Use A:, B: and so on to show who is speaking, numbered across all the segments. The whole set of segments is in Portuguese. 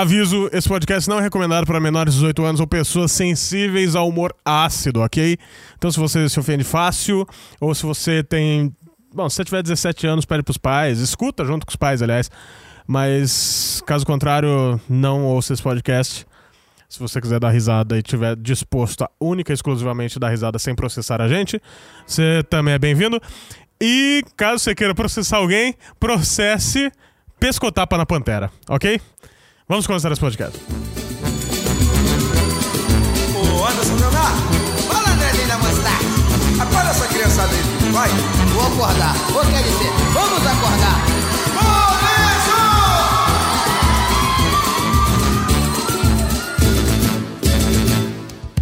A: Aviso, esse podcast não é recomendado para menores de 18 anos ou pessoas sensíveis ao humor ácido, ok? Então se você se ofende fácil, ou se você tem... Bom, se você tiver 17 anos, pede pros pais. Escuta junto com os pais, aliás. Mas, caso contrário, não ouça esse podcast. Se você quiser dar risada e tiver disposto a única e exclusivamente dar risada sem processar a gente, você também é bem-vindo. E caso você queira processar alguém, processe Pescotapa na Pantera, ok? Vamos começar esse podcast.
B: Ô Anderson Leonardo, fala
C: né,
B: Nelinho da Mostarda. Acorda essa criançada aí, vai.
C: Vou acordar, vou quer dizer, vamos acordar.
B: Começo!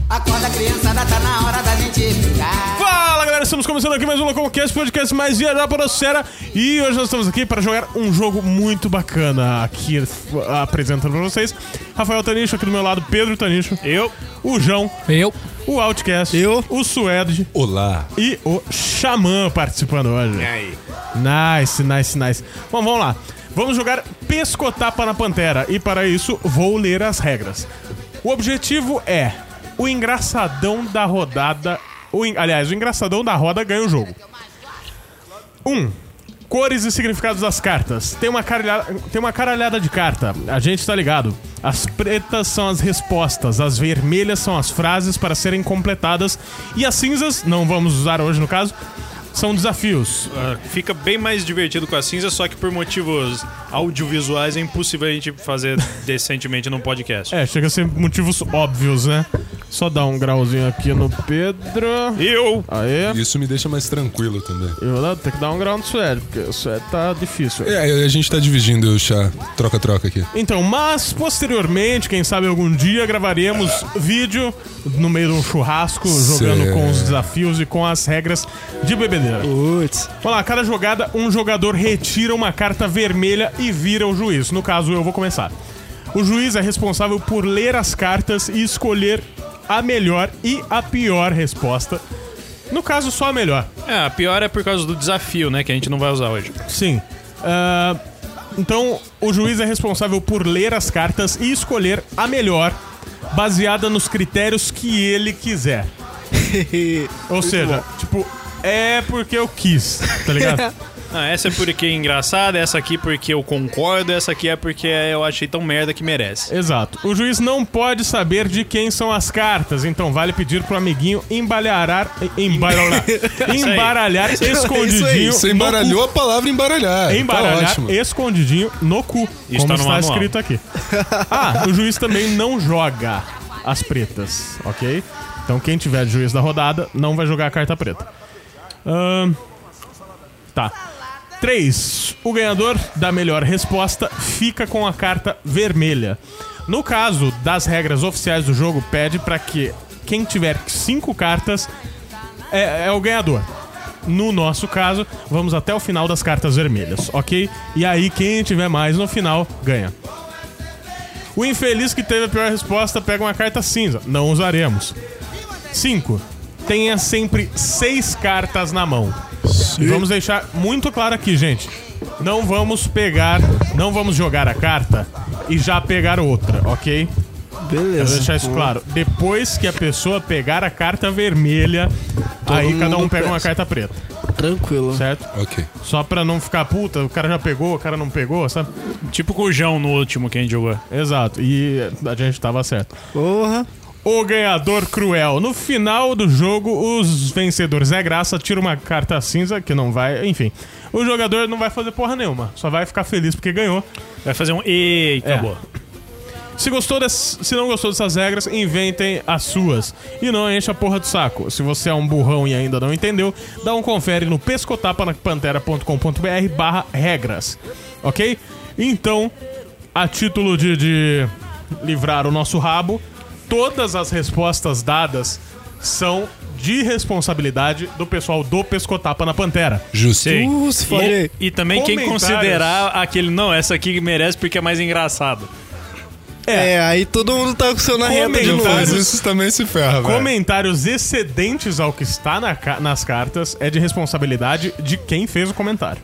C: Acorda, criançada, tá na hora da gente brincar.
A: Fala galera, estamos começando aqui mais um Locomcast, podcast mais viajado para a Sera. E hoje nós estamos aqui para jogar um jogo muito bacana. Aqui f- apresentando para vocês Rafael Tanicho, aqui do meu lado, Pedro Tanicho. Eu. O João.
D: Eu.
A: O Outcast. Eu. O Suede.
E: Olá.
A: e o Xamã participando hoje. Nice, nice, nice. Bom, vamos lá. Vamos jogar Pescotapa na Pantera e para isso vou ler as regras. O objetivo é o engraçadão da rodada. O, en- aliás, o engraçadão da roda ganha o jogo. 1. Um, cores e significados das cartas. Tem uma, caralhada, tem uma caralhada de carta. A gente tá ligado. As pretas são as respostas, as vermelhas são as frases para serem completadas e as cinzas, não vamos usar hoje no caso, são desafios.
F: Ah, Fica bem mais divertido com a cinza, só que por motivos audiovisuais é impossível a gente fazer decentemente num podcast.
A: É, chega a ser motivos óbvios, né? Só dar um grauzinho aqui no Pedro.
F: Eu!
A: Aê.
E: Isso me deixa mais tranquilo também.
A: E vou dar- ter que dar um grau no Sueli, porque o Sueli tá difícil.
E: É, a gente tá dividindo o chá. Troca-troca aqui.
A: Então, mas posteriormente, quem sabe algum dia, gravaremos vídeo no meio de um churrasco, jogando
E: Certo.
A: com os desafios e com as regras de bebedeira.
D: Putz.
A: Vamos lá, cada jogada, um jogador retira uma carta vermelha e vira o juiz. No caso, eu vou começar. O juiz é responsável por ler as cartas e escolher a melhor e a pior resposta. No caso, só a melhor.
F: É, a pior é por causa do desafio, né? Que a gente não vai usar hoje.
A: Sim. Ah, então, o juiz é responsável por ler as cartas e escolher a melhor, baseada nos critérios que ele quiser. Ou seja, tipo, é porque eu quis, tá ligado?
F: Ah, essa é porque é engraçada, essa aqui porque eu concordo, essa aqui é porque eu achei tão merda que merece.
A: Exato. O juiz não pode saber de quem são as cartas, então vale pedir pro amiguinho embaralhar, embaralhar,
F: aí.
A: embaralhar escondidinho.
E: Você
A: no cu.
E: embaralhou a palavra embaralhar. Tá
A: Embaralhar
E: ótimo.
A: escondidinho no cu,
F: Isso
A: como
F: tá
A: está
F: no manual.
A: escrito aqui. Ah, o juiz também não joga as pretas, ok? Então quem tiver de juiz da rodada não vai jogar a carta preta. Ahn, tá. 3. O ganhador da melhor resposta fica com a carta vermelha. No caso das regras oficiais do jogo, pede para que quem tiver cinco cartas é, é o ganhador. No nosso caso, vamos até o final das cartas vermelhas, ok? E aí, quem tiver mais no final, ganha. O infeliz que teve a pior resposta pega uma carta cinza. Não usaremos. 5. Tenha sempre seis cartas na mão. E vamos deixar muito claro aqui, gente. Não vamos pegar, não vamos jogar a carta e já pegar outra, ok? Beleza. Vou deixar isso claro. Depois que a pessoa pegar a carta vermelha, aí cada um
D: mundo
A: pega uma
D: pensa.
A: carta preta,
D: Tranquilo.
A: certo?
E: Ok.
A: Só pra não ficar puta, o cara já pegou, o cara não pegou, sabe?
F: Tipo com o João no último que a gente jogou.
A: Exato. E a gente tava certo.
D: Porra.
A: O ganhador cruel. No final do jogo, os vencedores é graça, tira uma carta cinza que não vai. Enfim. O jogador não vai fazer porra nenhuma, só vai ficar feliz porque ganhou.
F: Vai fazer um e
A: É.
F: acabou.
A: Se, gostou des- se não gostou dessas regras, inventem as suas. E não encha a porra do saco. Se você é um burrão e ainda não entendeu, dá um confere no pescotapanapantera.com.br barra regras. Ok? Então, a título de, de livrar o nosso rabo, todas as respostas dadas são de responsabilidade do pessoal do Pescotapa na Pantera.
E: Justo.
F: Sim.
D: Uh, se falei.
F: E, e também quem
A: Comentários.
F: considerar aquele, não, essa aqui merece porque é mais engraçado.
D: É, aí todo mundo tá com o seu na reta de novo.
E: Mas isso também se ferra, velho.
A: Comentários excedentes ao que está na ca- nas cartas é de responsabilidade de quem fez o comentário.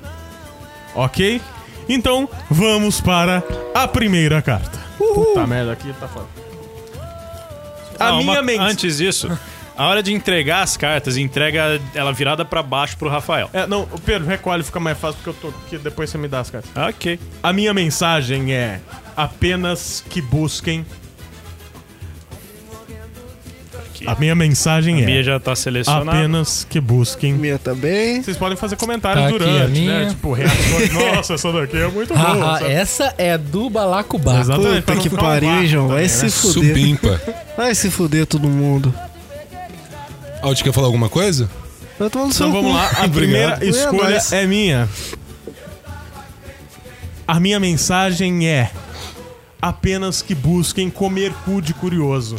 A: Ok? Então, vamos para a primeira carta. Puta merda, aqui tá foda. Ah, A
F: Não,
A: minha
F: uma-
A: mente.
F: Antes disso, a hora de entregar as cartas, entrega ela virada pra baixo pro Rafael.
A: É, não, Pedro, recolhe, fica mais fácil porque eu tô. Que depois você me dá as cartas.
F: Ok.
A: A minha mensagem é apenas que busquem. A minha mensagem
F: Bia
A: é
F: já tá selecionada.
A: apenas que busquem.
D: Minha também.
A: Vocês podem fazer comentários
G: Tá aqui a
A: durante, né?
G: minha.
A: Tipo, reações. Nossa, essa daqui é muito boa.
G: Haha,
A: sabe?
G: essa é do Balacubaco.
A: Exatamente, pra
D: Puta
A: não
D: que
A: ficar um
D: pariu,
A: vácuo
D: João. Vai
A: também,
D: se
A: né?
D: fuder.
E: Subimpa.
D: Vai se fuder todo mundo.
E: Alt, quer falar alguma coisa?
D: Vai tomar no seu
A: Então vamos
D: cu.
A: lá, a primeira
D: um Obrigado. É
A: escolha
D: nóis.
A: é minha. A minha mensagem é apenas que busquem comer cu de curioso.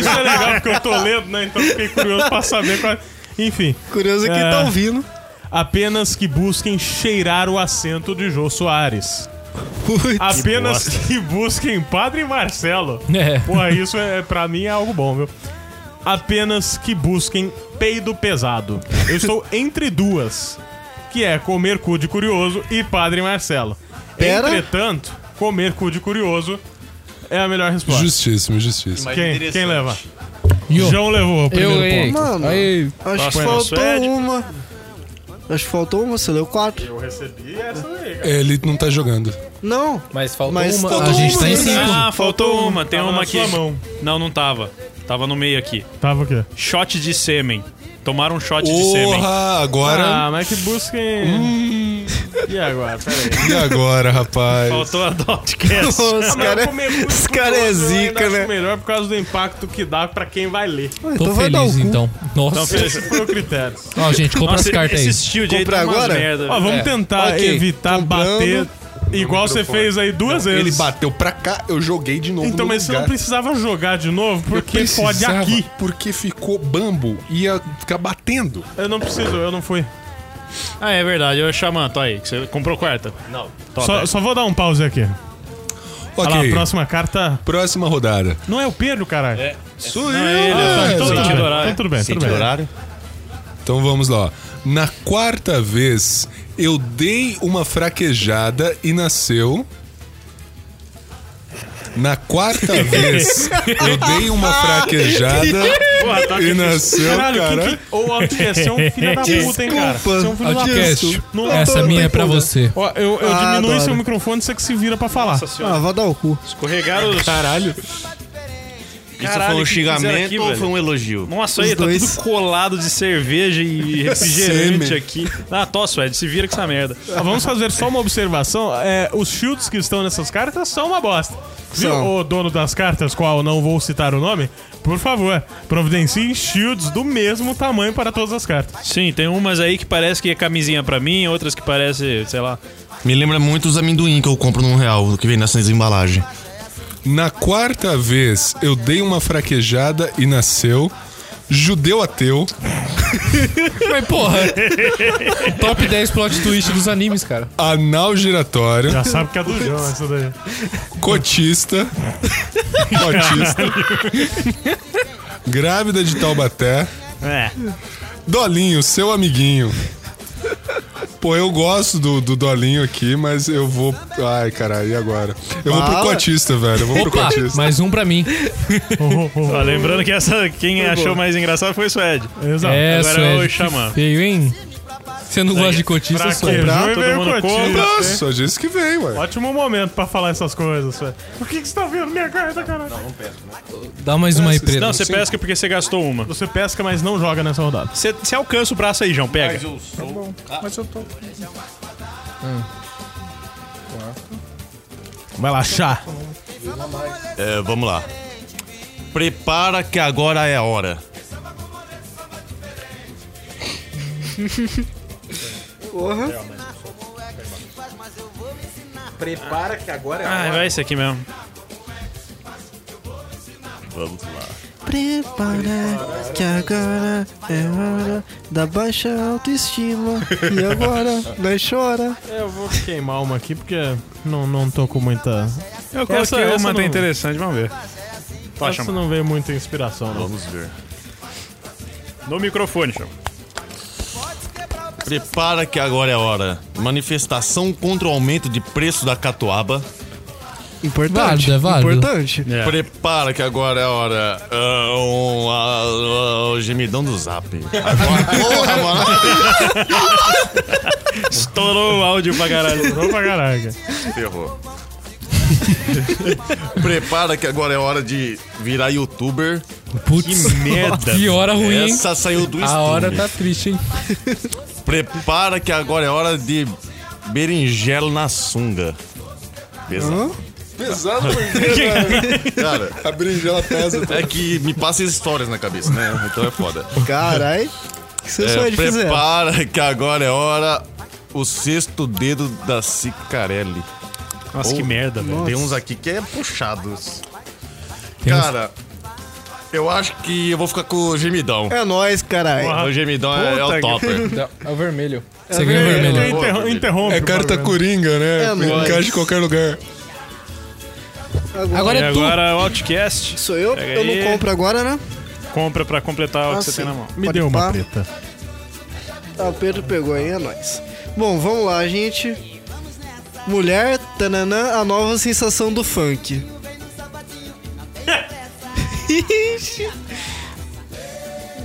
A: Isso é legal porque eu tô lendo, né? Então fiquei curioso pra saber qual... Enfim,
D: Curioso é quem
A: É.
D: tá ouvindo.
A: apenas que busquem cheirar o assento de Jô Soares.
D: Putz.
A: Apenas que busquem Padre Marcelo.
G: É.
A: Porra, isso é para mim é algo bom, viu? Apenas que busquem peido pesado. Eu estou entre duas, que é comer cu de curioso e Padre Marcelo.
D: Pera.
A: Entretanto, comer cu de curioso é a melhor resposta.
E: Justíssimo, justíssimo.
A: Quem, quem leva?
G: Yo.
A: João levou o
G: Eu
A: primeiro
G: ganhei.
A: ponto.
D: Mano.
G: Aí,
D: Acho que
A: é
F: Próximo,
D: faltou
F: Suede.
D: uma. Acho que faltou uma, você leu quatro.
A: Eu recebi essa daí, cara.
E: É, Ele não tá jogando.
D: Não.
G: mas faltou
D: Mas
G: uma.
D: faltou
G: a gente
D: uma,
G: tá
D: né?
G: em cinco.
F: Ah, faltou uma. Tem
A: um. Tava
F: uma
A: na
F: aqui.
A: sua mão.
F: Não, não tava. Tava no meio aqui.
A: Tava o quê?
F: Shot de sêmen. Tomaram um shot de sêmen.
E: Porra, agora.
A: Ah, mas que busquem.
D: Hum.
A: E agora? Pera aí.
E: E agora, rapaz?
F: Faltou a Dotcast.
D: Os
A: Ah, Mas eu
D: caras.
A: comer muito
D: é- esse cara
A: gostoso, eu
D: é
A: ainda
D: zica,
A: acho
D: né?
A: melhor por causa do impacto que dá pra quem vai ler.
G: Tô
D: Então vai dar o
G: feliz,
D: cu.
G: então.
F: Então,
G: Nossa.
A: Esse foi o um critério.
G: Ó, gente, compra as
F: Nossa,
G: cartas aí.
F: esse shield aí
D: Compra
F: tá umas
D: agora?
F: merda.
A: Ó, vamos
E: Tá É,
A: tentar
E: ok.
A: evitar
E: Comprando
A: bater igual você fez aí duas vezes.
E: Ele bateu pra cá, eu joguei de novo.
A: Então,
E: no
A: mas você não
E: lugar.
A: precisava jogar de novo
E: Eu
A: porque pode
E: precisava,
A: aqui.
E: Porque ficou bambo, ia ficar batendo.
A: Eu não preciso, eu não fui.
F: Ah, é verdade. Eu Xamã, tô aí. que Você comprou quarta? é. Não.
A: Só, só vou dar um pause aqui.
E: Ok,
A: Olha lá, a próxima carta.
E: próxima rodada.
A: Não é o Pedro, caralho. É,
E: Sou
F: ele,
E: é,
F: tá
A: então,
F: todo
A: tudo
F: sentido
A: bem.
F: horário.
A: então tudo bem, tudo bem.
E: Então vamos lá. ó. Na quarta vez, eu dei uma fraquejada e nasceu. Na quarta vez, eu dei uma fraquejada
F: Porra, tá
E: e nasceu,
A: Caralho,
E: cara.
A: quem que. Ô, Altier, você é um filho da puta, hein, cara. Você é um filho da puta.
G: Podcast,
A: Não
G: essa
A: tô-
G: minha é pra você.
A: Ó, eu, eu
D: Ah,
A: diminuo
D: adoro.
A: seu microfone, você que se vira pra falar.
F: Nossa senhora.
D: Ah, vai dar o cu.
F: Escorregaram os... Caralho.
H: Isso foi um
F: o que fizeram
H: xingamento
F: aqui,
H: ou
F: velho?
H: foi um elogio?
F: Nossa, aí, tá
D: dois.
F: tudo colado de cerveja e refrigerante
E: Sêmen.
F: aqui. Ah, tosse, Ed, se vira com essa merda.
A: Ah, Vamos fazer só uma observação. É, os shields que estão nessas cartas são uma bosta. Viu,
D: São.
A: o dono das cartas, qual não vou citar o nome? Por favor, providenciem shields do mesmo tamanho para todas as cartas.
F: Sim, tem umas aí que parece que é camisinha pra mim, outras que parece, sei lá.
H: Me lembra muito os amendoim que eu compro num real, que vem nessas embalagens.
E: Na quarta vez, eu dei uma fraquejada e nasceu. Judeu ateu.
G: Mas porra. Top 10 plot twist dos animes, cara.
E: Anal giratório,
A: Já sabe que é do João essa daí.
E: cotista, cotista, grávida de Taubaté,
F: É.
E: Dolinho, seu amiguinho. Pô, eu gosto do, do Dolinho aqui, mas eu vou. Ai, caralho, e agora? Eu vou pro
D: Fala.
E: cotista, velho. Eu vou pro
G: Opa,
E: cotista.
G: mais um pra mim.
F: Ó, lembrando que essa, quem achou mais engraçado foi o Suede.
A: Exato.
G: É,
F: agora eu vou
G: Suede,
F: chamar.
G: que feio, hein? Você não gosta de cotista,
A: Pra
G: Suede?
A: quê?
D: comprar,
A: João e
F: todo
A: veio
F: mundo
A: cotista.
F: compra.
E: Nossa, Um só disse que vem, ué.
A: Ótimo momento pra falar essas coisas. Fé. Por que, que você tá vendo minha carta, caralho?
G: Dá mais uma aí, Pedro.
F: Não, você pesca porque você gastou uma.
A: Você pesca, mas não joga nessa rodada. Tá
F: Você, você alcança o braço aí, João, pega.
A: Ah. Vai lá, chá.
H: É, vamos lá. Prepara que agora é a hora.
F: Ah, vai esse aqui mesmo.
H: Vamos lá.
D: Prepara que agora é hora da baixa autoestima. E agora nós chora.
A: Eu vou queimar uma aqui porque não, não tô com muita.
F: Eu
A: coloquei uma até
F: interessante, vamos ver. Tá,
A: Essa
F: chama.
A: não veio muita inspiração, não.
H: Vamos ver.
F: No microfone, chama.
H: Prepara que agora é a hora. Manifestação contra o aumento de preço da catuaba.
D: Importante.
G: Válido, é válido.
D: Importante.
F: É.
H: Prepara que agora é a hora. ah, um, ah, ah, o gemidão do zap. Agora, porra, mano.
F: Estourou o áudio pra caralho.
A: Vamos pra caraca.
H: Ferrou. Prepara que agora é hora de virar youtuber.
G: Putz,
F: Que merda.
G: que hora ruim, hein?
H: Essa saiu do
G: A
H: estúdio.
G: hora tá triste, hein?
H: Prepara que agora é hora de berinjela na sunga. Pesado.
E: Pesado porque,
H: Cara,
E: A berinjela pesa.
H: é que me passa histórias na cabeça, né? Então é foda.
D: Carai. O que você
H: É,
D: só de fizer?
H: prepara que agora é hora. O sexto dedo da Cicarelli.
F: Nossa, que merda, velho.
H: Tem uns aqui que é puxados.
G: Tem uns-
H: Cara, eu acho que eu vou ficar com o gemidão.
D: É nóis, carai.
H: O gemidão é, é
F: Puta
H: o
F: que-
H: topper.
G: Não, É o vermelho. Você ganhou o vermelho.
A: Então, Interrom-
H: Boa,
A: interrompe.
E: É
A: o
E: carta
A: programa.
E: coringa, né?
D: É, mas-
E: Encaixa em qualquer lugar.
G: Agora
F: E
G: é tu.
F: agora o Outcast.
D: Sou eu?
F: Pega
D: Eu
F: aí.
D: não compro agora, né?
F: Compra pra completar o
D: Ah,
F: que você
D: sim.
F: tem na mão.
A: Me
D: Pode
A: deu uma
D: pá.
A: preta.
D: Ah, o Pedro pegou aí, é nóis. Bom, vamos lá, gente. Mulher, tananã, a nova sensação do funk. Ixi.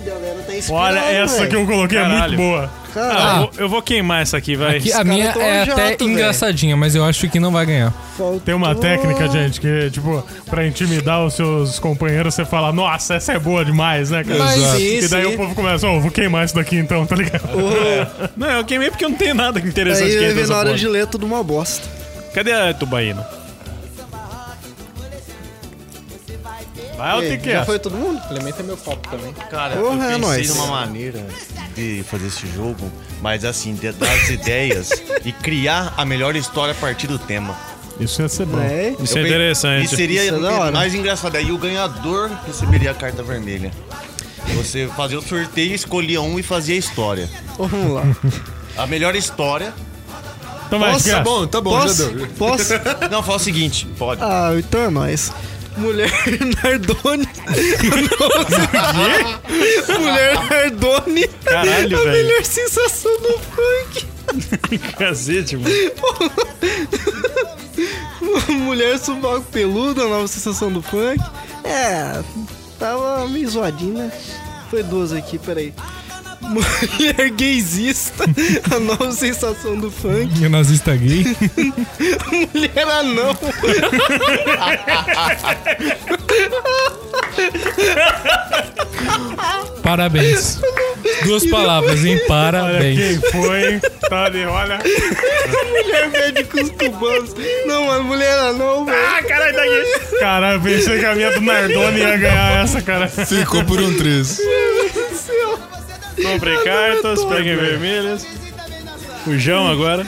D: Galera, tá inspirada,
A: Olha, essa
D: velho.
A: que eu coloquei é muito
F: Caralho.
A: boa.
D: Caralho,
F: Ah, eu, vou, eu vou queimar essa aqui, vai.
G: Que a
D: caras
G: minha
D: tão
G: é
D: jato,
G: até
D: velho.
G: engraçadinha, mas eu acho que não vai ganhar.
D: faltou-
A: Tem um uma técnica, gente, que, tipo, pra intimidar os seus companheiros, você fala, nossa, essa é boa demais, né, cara?
D: Mas
E: Exato.
D: sim,
A: e daí
D: sim.
A: o povo começa, ó, vou queimar isso daqui então, tá ligado?
F: Não, eu queimei porque eu não tenho nada que interessante
D: Aí
F: queimar
D: vai ver
F: essa
D: na hora
F: porra.
D: de ler tudo uma bosta.
F: Cadê a tubaína?
A: Vai, o
D: E
A: que
D: aí,
A: que
D: já
A: é?
D: foi todo mundo?
G: Elemento é meu copo também.
H: Cara,
D: Porra, é
H: eu pensei
D: nóis.
H: numa maneira de fazer esse jogo, mas assim, de dar as ideias e criar a melhor história a partir do tema.
A: Isso ia ser bom.
D: É.
F: Isso é
H: Eu pe-
F: interessante.
H: E seria
D: Isso é da hora.
H: mais engraçado. Aí o ganhador receberia a carta vermelha. Você fazia o sorteio, escolhia um e fazia a história.
D: Vamos lá.
H: A melhor história.
A: Então vai,
D: Posso?
A: Guess.
E: Bom, tá bom, já
D: Posso?
E: deu.
D: Posso?
H: Não, fala o seguinte: pode.
D: Ah, então é nóis. Mulher Nardone. Mulher Nardone.
F: Caralho,
D: a
F: velho.
D: melhor sensação do funk.
F: Cacete, mano.
D: Mulher subaco peluda, a nova sensação do funk. É, tava meio zoadinho, né? Foi duas aqui, peraí. Mulher gaysista, a nova sensação do funk.
G: E o nazista gay.
D: Mulher anão.
G: Parabéns. Duas palavras, hein? Parabéns.
A: Quem foi? Tá ali, olha.
D: Mulher médicos cubanos. Não, mano, mulher anão, velho.
A: Ah, caralho, tá aqui. Cara, eu pensei que a minha do Nardone ia ganhar essa, cara.
E: Ficou por um triz.
D: é
F: Comprem cartas, peguem vermelhas. O João agora.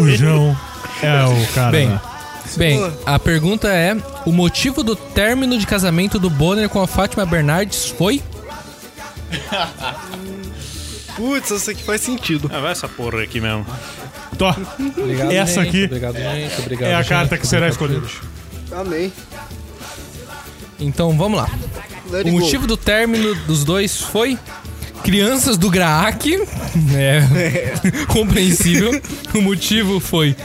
A: O João é o cara.
G: Bem,
A: né?
G: bem, a pergunta é: o motivo do término de casamento do Bonner com a Fátima Bernardes foi?
D: Putz, essa aqui faz sentido.
F: Ah, vai essa porra aqui mesmo.
A: Tó,
F: tá,
G: Obrigado,
A: Essa aqui
G: Obrigado, gente. Obrigado,
A: é a
G: gente.
A: carta que será escolhida.
D: Amei.
G: Então vamos lá.
D: Let
G: O
D: it go.
G: motivo do término dos dois foi crianças do Graac. É. compreensível. O motivo foi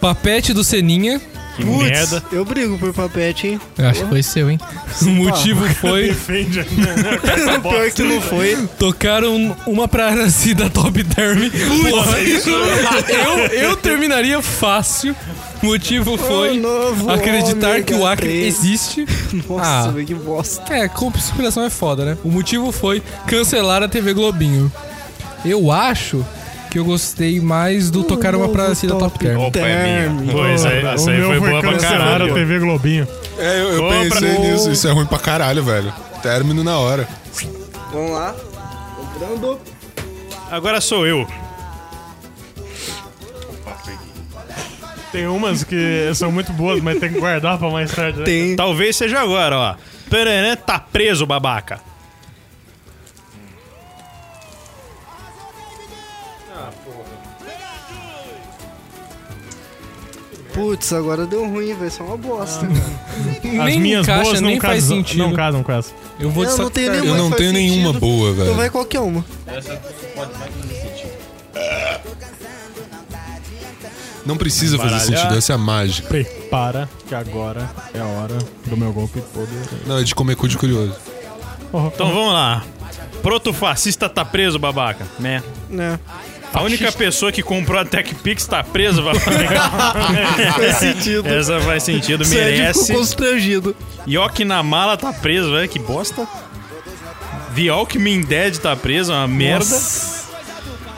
G: papete do Seninha.
F: Que merda.
D: Eu brigo por papete, hein?
G: Eu acho que foi seu, hein? O motivo foi
A: Defende.
D: Pior que não foi.
G: tocaram uma pra Aracy da Top Term.
A: é
G: Porra, eu, eu terminaria fácil. O motivo foi
D: novo
G: acreditar que o
D: ômega
G: Acre
D: três.
G: existe.
D: Nossa,
G: Ah.
D: velho, que bosta.
G: É, conspiração é foda, né? O motivo foi cancelar a TV Globinho. Eu acho que eu gostei mais do tocar uma
D: novo
G: pra da Top
D: Top
G: Term.
H: Opa, é
D: Term.
H: minha.
F: Pô, essa aí,
A: O
F: essa aí
A: meu
F: foi boa pra
A: cancelar
F: caralho.
A: a TV Globinho.
E: É, eu, eu
F: Compra.
E: pensei nisso. Isso é ruim pra caralho, velho. Término na hora.
D: Vamos lá. Comprando.
F: Agora sou eu.
A: Tem umas que são muito boas, mas tem que guardar pra mais tarde. né?
D: Tem.
F: Talvez seja agora, ó. Perenê tá preso, babaca.
D: Putz, agora deu ruim, velho. Isso é uma
G: Ah,
D: bosta. cara.
A: As minhas
G: encaixa,
A: boas
G: nem
A: não
G: faz
A: casam,
G: sentido.
A: não casam com essa.
G: Eu vou
D: Eu não tenho
G: destacar-
E: Eu
D: Mas
E: não
D: faz
E: tenho
D: sentido.
E: nenhuma boa,
D: Então vai
E: velho.
D: qualquer uma.
E: Não precisa fazer
A: Embaralhar.
E: sentido, essa é a mágica.
A: Prepara, que agora é a hora do meu golpe poderoso.
E: Não, é de comer cu de curioso.
F: Então vamos lá. Protofascista tá preso, babaca. Né?
D: Né?
F: A única pessoa que comprou a TechPix tá presa, babaca.
D: Faz sentido.
F: Essa faz sentido,
D: Sérgio
F: É. merece.
D: ficou constrangido.
F: Yoki na mala tá preso, velho. Que bosta. The Alckmin Dead tá preso, é uma merda.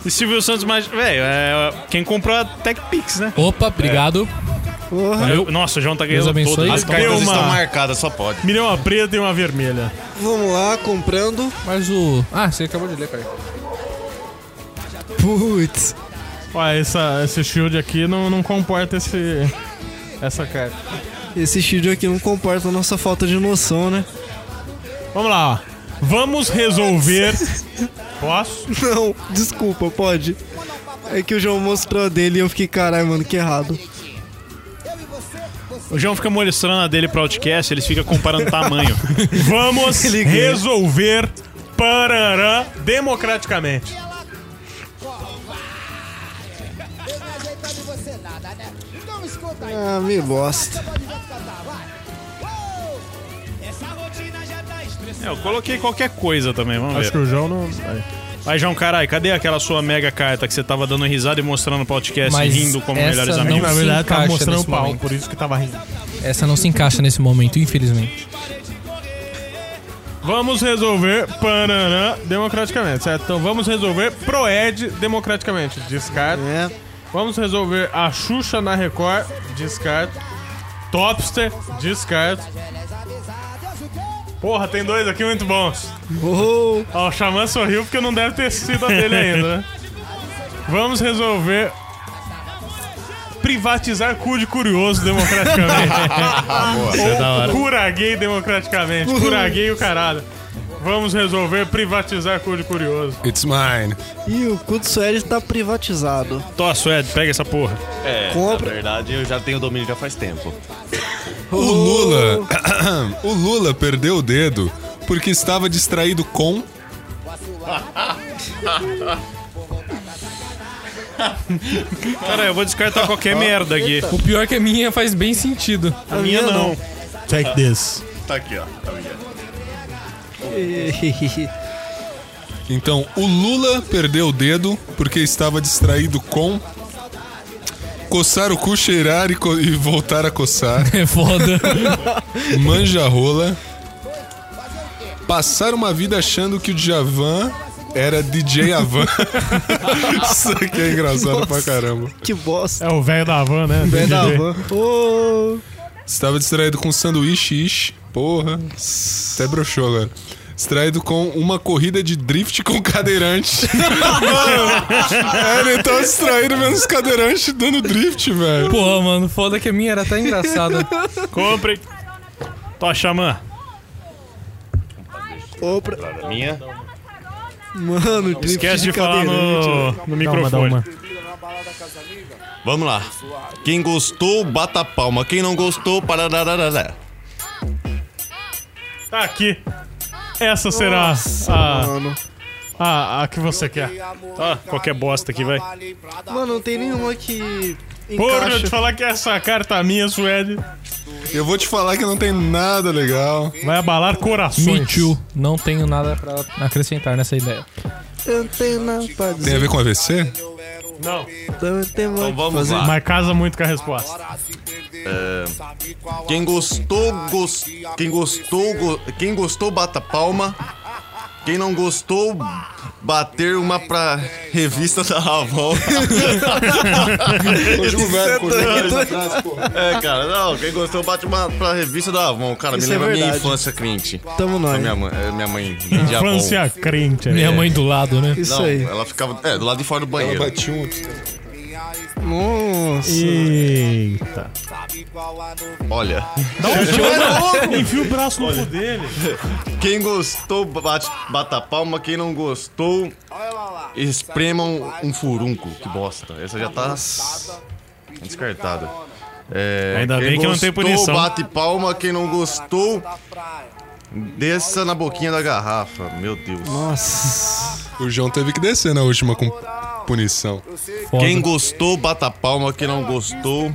F: E Silvio Santos mais. Velho, é quem comprou a TechPix, né?
G: Opa, obrigado.
A: É.
F: Eu- Nossa, o João tá ganhando
G: Deus abençoe.
F: todo.
H: As
F: As
H: cartas
A: Deu uma-
H: estão marcadas, só pode.
A: Me deu uma preta e uma vermelha.
D: Vamos lá, comprando.
G: Mas o. Ah, você acabou de ler, cara.
D: Putz.
A: Ó, essa, esse shield aqui não, não comporta esse. Essa carta.
D: Esse shield aqui não comporta a nossa falta de noção, né?
A: Vamos lá, ó. Vamos resolver. Posso?
D: Não, desculpa, pode. É que o João mostrou a dele e eu fiquei, caralho, mano, que errado.
F: O João fica mostrando a dele pro Outcast, eles ficam comparando tamanho.
A: Vamos
D: Ele ganha.
A: resolver parará democraticamente.
D: Ah, me bosta.
F: É, eu coloquei qualquer coisa também, vamos
A: Acho
F: ver.
A: que o João não. É
F: Aí, João, caralho, cadê aquela sua mega carta que você tava dando risada e mostrando pro Outcast
G: Mas
F: rindo como
G: essa
F: melhores
G: não-
A: Aí,
F: amigos?
A: na
G: se
A: verdade, tava
G: encaixa
A: mostrando o
G: nesse
A: pau,
G: momento.
A: por isso que tava rindo.
G: Essa não se encaixa nesse momento, infelizmente.
A: Vamos resolver parará democraticamente, certo? Então vamos resolver Proed democraticamente. Descarta.
D: É,
A: Vamos resolver a Xuxa na Record, descarto. Topster, descarto. Porra, tem dois aqui muito bons.
D: Uou.
A: Ó, o Xamã sorriu porque não deve ter sido a dele ainda, né? Vamos resolver privatizar cu de curioso democraticamente. Ou cura gay democraticamente. Cura gay o caralho. Vamos resolver privatizar cu de curioso.
E: It's mine.
D: E o cu do Sueli tá privatizado.
F: Tosso, Ed, pega essa porra.
H: É,
D: Compra.
H: na verdade, eu já tenho domínio já faz tempo.
E: O Lula. o Lula perdeu o dedo porque estava distraído com.
F: Cara, eu vou descartar qualquer merda aqui.
G: O pior é que a minha faz bem sentido.
F: A minha não.
A: Take this.
H: Tá aqui, ó. Tá aqui,
E: Então, o Lula perdeu o dedo porque estava distraído com. Coçar o cu, cheirar e, co- e voltar a coçar.
G: É foda.
E: Manja rola. Passar uma vida achando que o Djavan era DJ Avan. Isso aqui é engraçado pra caramba.
D: Que bosta. Oh,
A: É o velho da van, né?
D: Vem da van. Ô,
E: Estava distraído com um sanduíche, ish. Porra. Até broxou agora. Distraído com uma corrida de drift com cadeirante. Mano, ele tava distraído vendo os cadeirantes dando drift, velho.
G: Pô, mano, foda que a minha era até engraçada.
F: Compre. Tó, Xamã.
D: Opa.
H: ó. Minha.
D: oh, Mano, drift
F: Esquece de falar
D: cadeirante.
F: no, no microfone.
H: Vamos lá. Quem gostou, bata palma. Quem não gostou, pararararará.
A: Tá aqui. Essa será a,
D: Mano.
A: a, a que você quer.
F: Tá, qualquer bosta aqui, vai.
D: Mano, não tem nenhuma que.
A: Porra, eu
D: Encaixa.
A: te falar que essa carta minha, Suede,
E: Eu vou te falar que não tem nada legal.
A: vai abalar
G: Me
A: corações.
G: too. Não tenho nada pra acrescentar nessa ideia.
D: Eu não tenho nada pra
E: Tem a
D: dizer.
E: ver com AVC?
A: Não,
D: Então, eu tenho
H: Então vamos lá.
A: mas casa muito com a resposta.
H: Quem gostou, gos... quem gostou, go- quem gostou bata palma. Quem não gostou, bater uma pra revista da Avon.
E: Conjuga o verbo, conjuga o verbo na frase, porra.
H: É, cara, não, quem gostou bate uma pra revista da Avon, cara,
D: Isso
H: me
D: é
H: lembra minha
D: verdade.
H: infância crente.
D: Tamo nós.
H: Minha mãe, é, minha mãe de Avon.
A: Infância crente. né?
G: Minha mãe do lado, né?
D: Isso
H: Não,
D: aí.
H: ela ficava é, do lado de fora do
E: Ela
H: banheiro.
E: batia um.
D: Nossa.
A: Eita.
H: Olha,
A: Enfia o braço no cu dele.
H: quem gostou bate, bata palma, quem não gostou, esprema um, um furunco. Que bosta, essa já tá s- descartada. É,
F: Ainda
H: quem
F: bem que não tem
H: gostou,
F: punição.
H: bate palma, quem não gostou, desça na boquinha da garrafa. Meu Deus.
D: Nossa.
E: O João teve que descer na última com punição.
G: Foda.
H: Quem gostou, bata palma. Quem não gostou,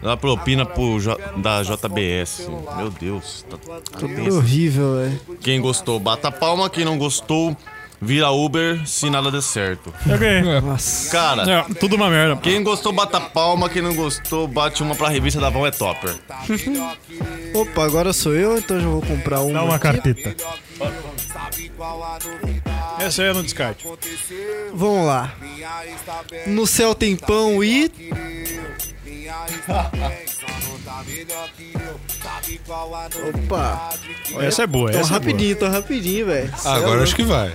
H: dá propina pro J- da JBS. Meu Deus. tá-
D: Tudo horrível, velho.
H: Quem gostou, bata palma. Quem não gostou, vira Uber se nada der certo.
A: Ok.
H: Cara,
A: É, tudo uma merda.
H: quem gostou, bata palma. Quem não gostou, bate uma pra revista da Vão é Topper.
D: Opa, agora sou eu, então já vou comprar uma.
A: Dá uma
D: aqui.
A: carteta.
F: Essa aí eu não descarte.
D: Vamos lá. No céu tem pão e. Opa,
F: Essa é boa,
D: tô
F: essa é boa.
D: rapidinho, tô rapidinho, velho.
E: Agora acho que vai.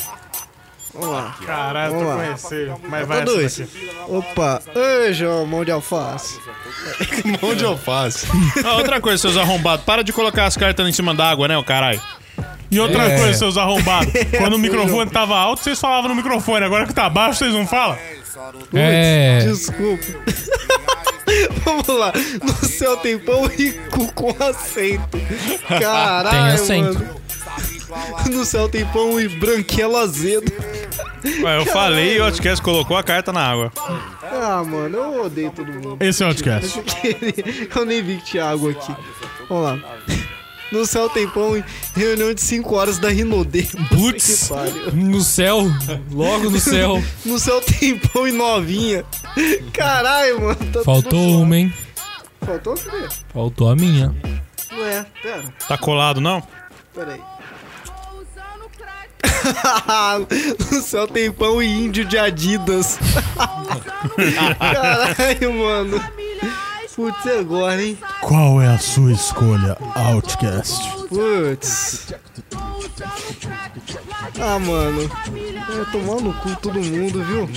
D: Vamos lá.
A: Caralho,
D: Vamos
A: tô
D: lá.
A: conhecendo. Mas vai assim,
D: Tá dois.
A: essa daqui.
D: Opa, ei, João, mão de alface.
E: Onde eu faço?
F: Ah, outra coisa, seus arrombados, para de colocar as cartas em cima da água, né, o caralho?
A: E outra
G: É.
A: coisa, seus arrombados. Quando o microfone tava alto, vocês falavam no microfone. Agora que tá baixo, vocês não falam?
G: É.
D: Desculpa. Vamos lá. No céu tem pão e cu com acento. Caralho,
G: Tem acento.
D: mano. No céu tem pão e branquelo azedo.
F: Ué, eu falei e o Outcast colocou a carta na água.
D: Ah, mano, eu odeio todo mundo.
A: Esse é o podcast.
D: Eu nem vi que tinha água aqui. Vamos lá. No céu tem pão e reunião de 5 horas da Rinodê.
G: Putz.
D: Que pariu.
G: No céu. Logo no céu.
D: No céu tem pão e novinha. Caralho, mano. tá tudo
G: Faltou
D: zoado.
G: uma, hein?
D: Faltou o quê?
G: Faltou a minha.
D: Não é, pera.
F: Tá colado, não?
D: Peraí. no céu tem pão e índio de Adidas. Caralho, mano. Putz, e agora, hein?
A: Qual é a sua escolha, Outcast?
D: Putz. Ah, mano. É tomar no cu todo mundo, viu?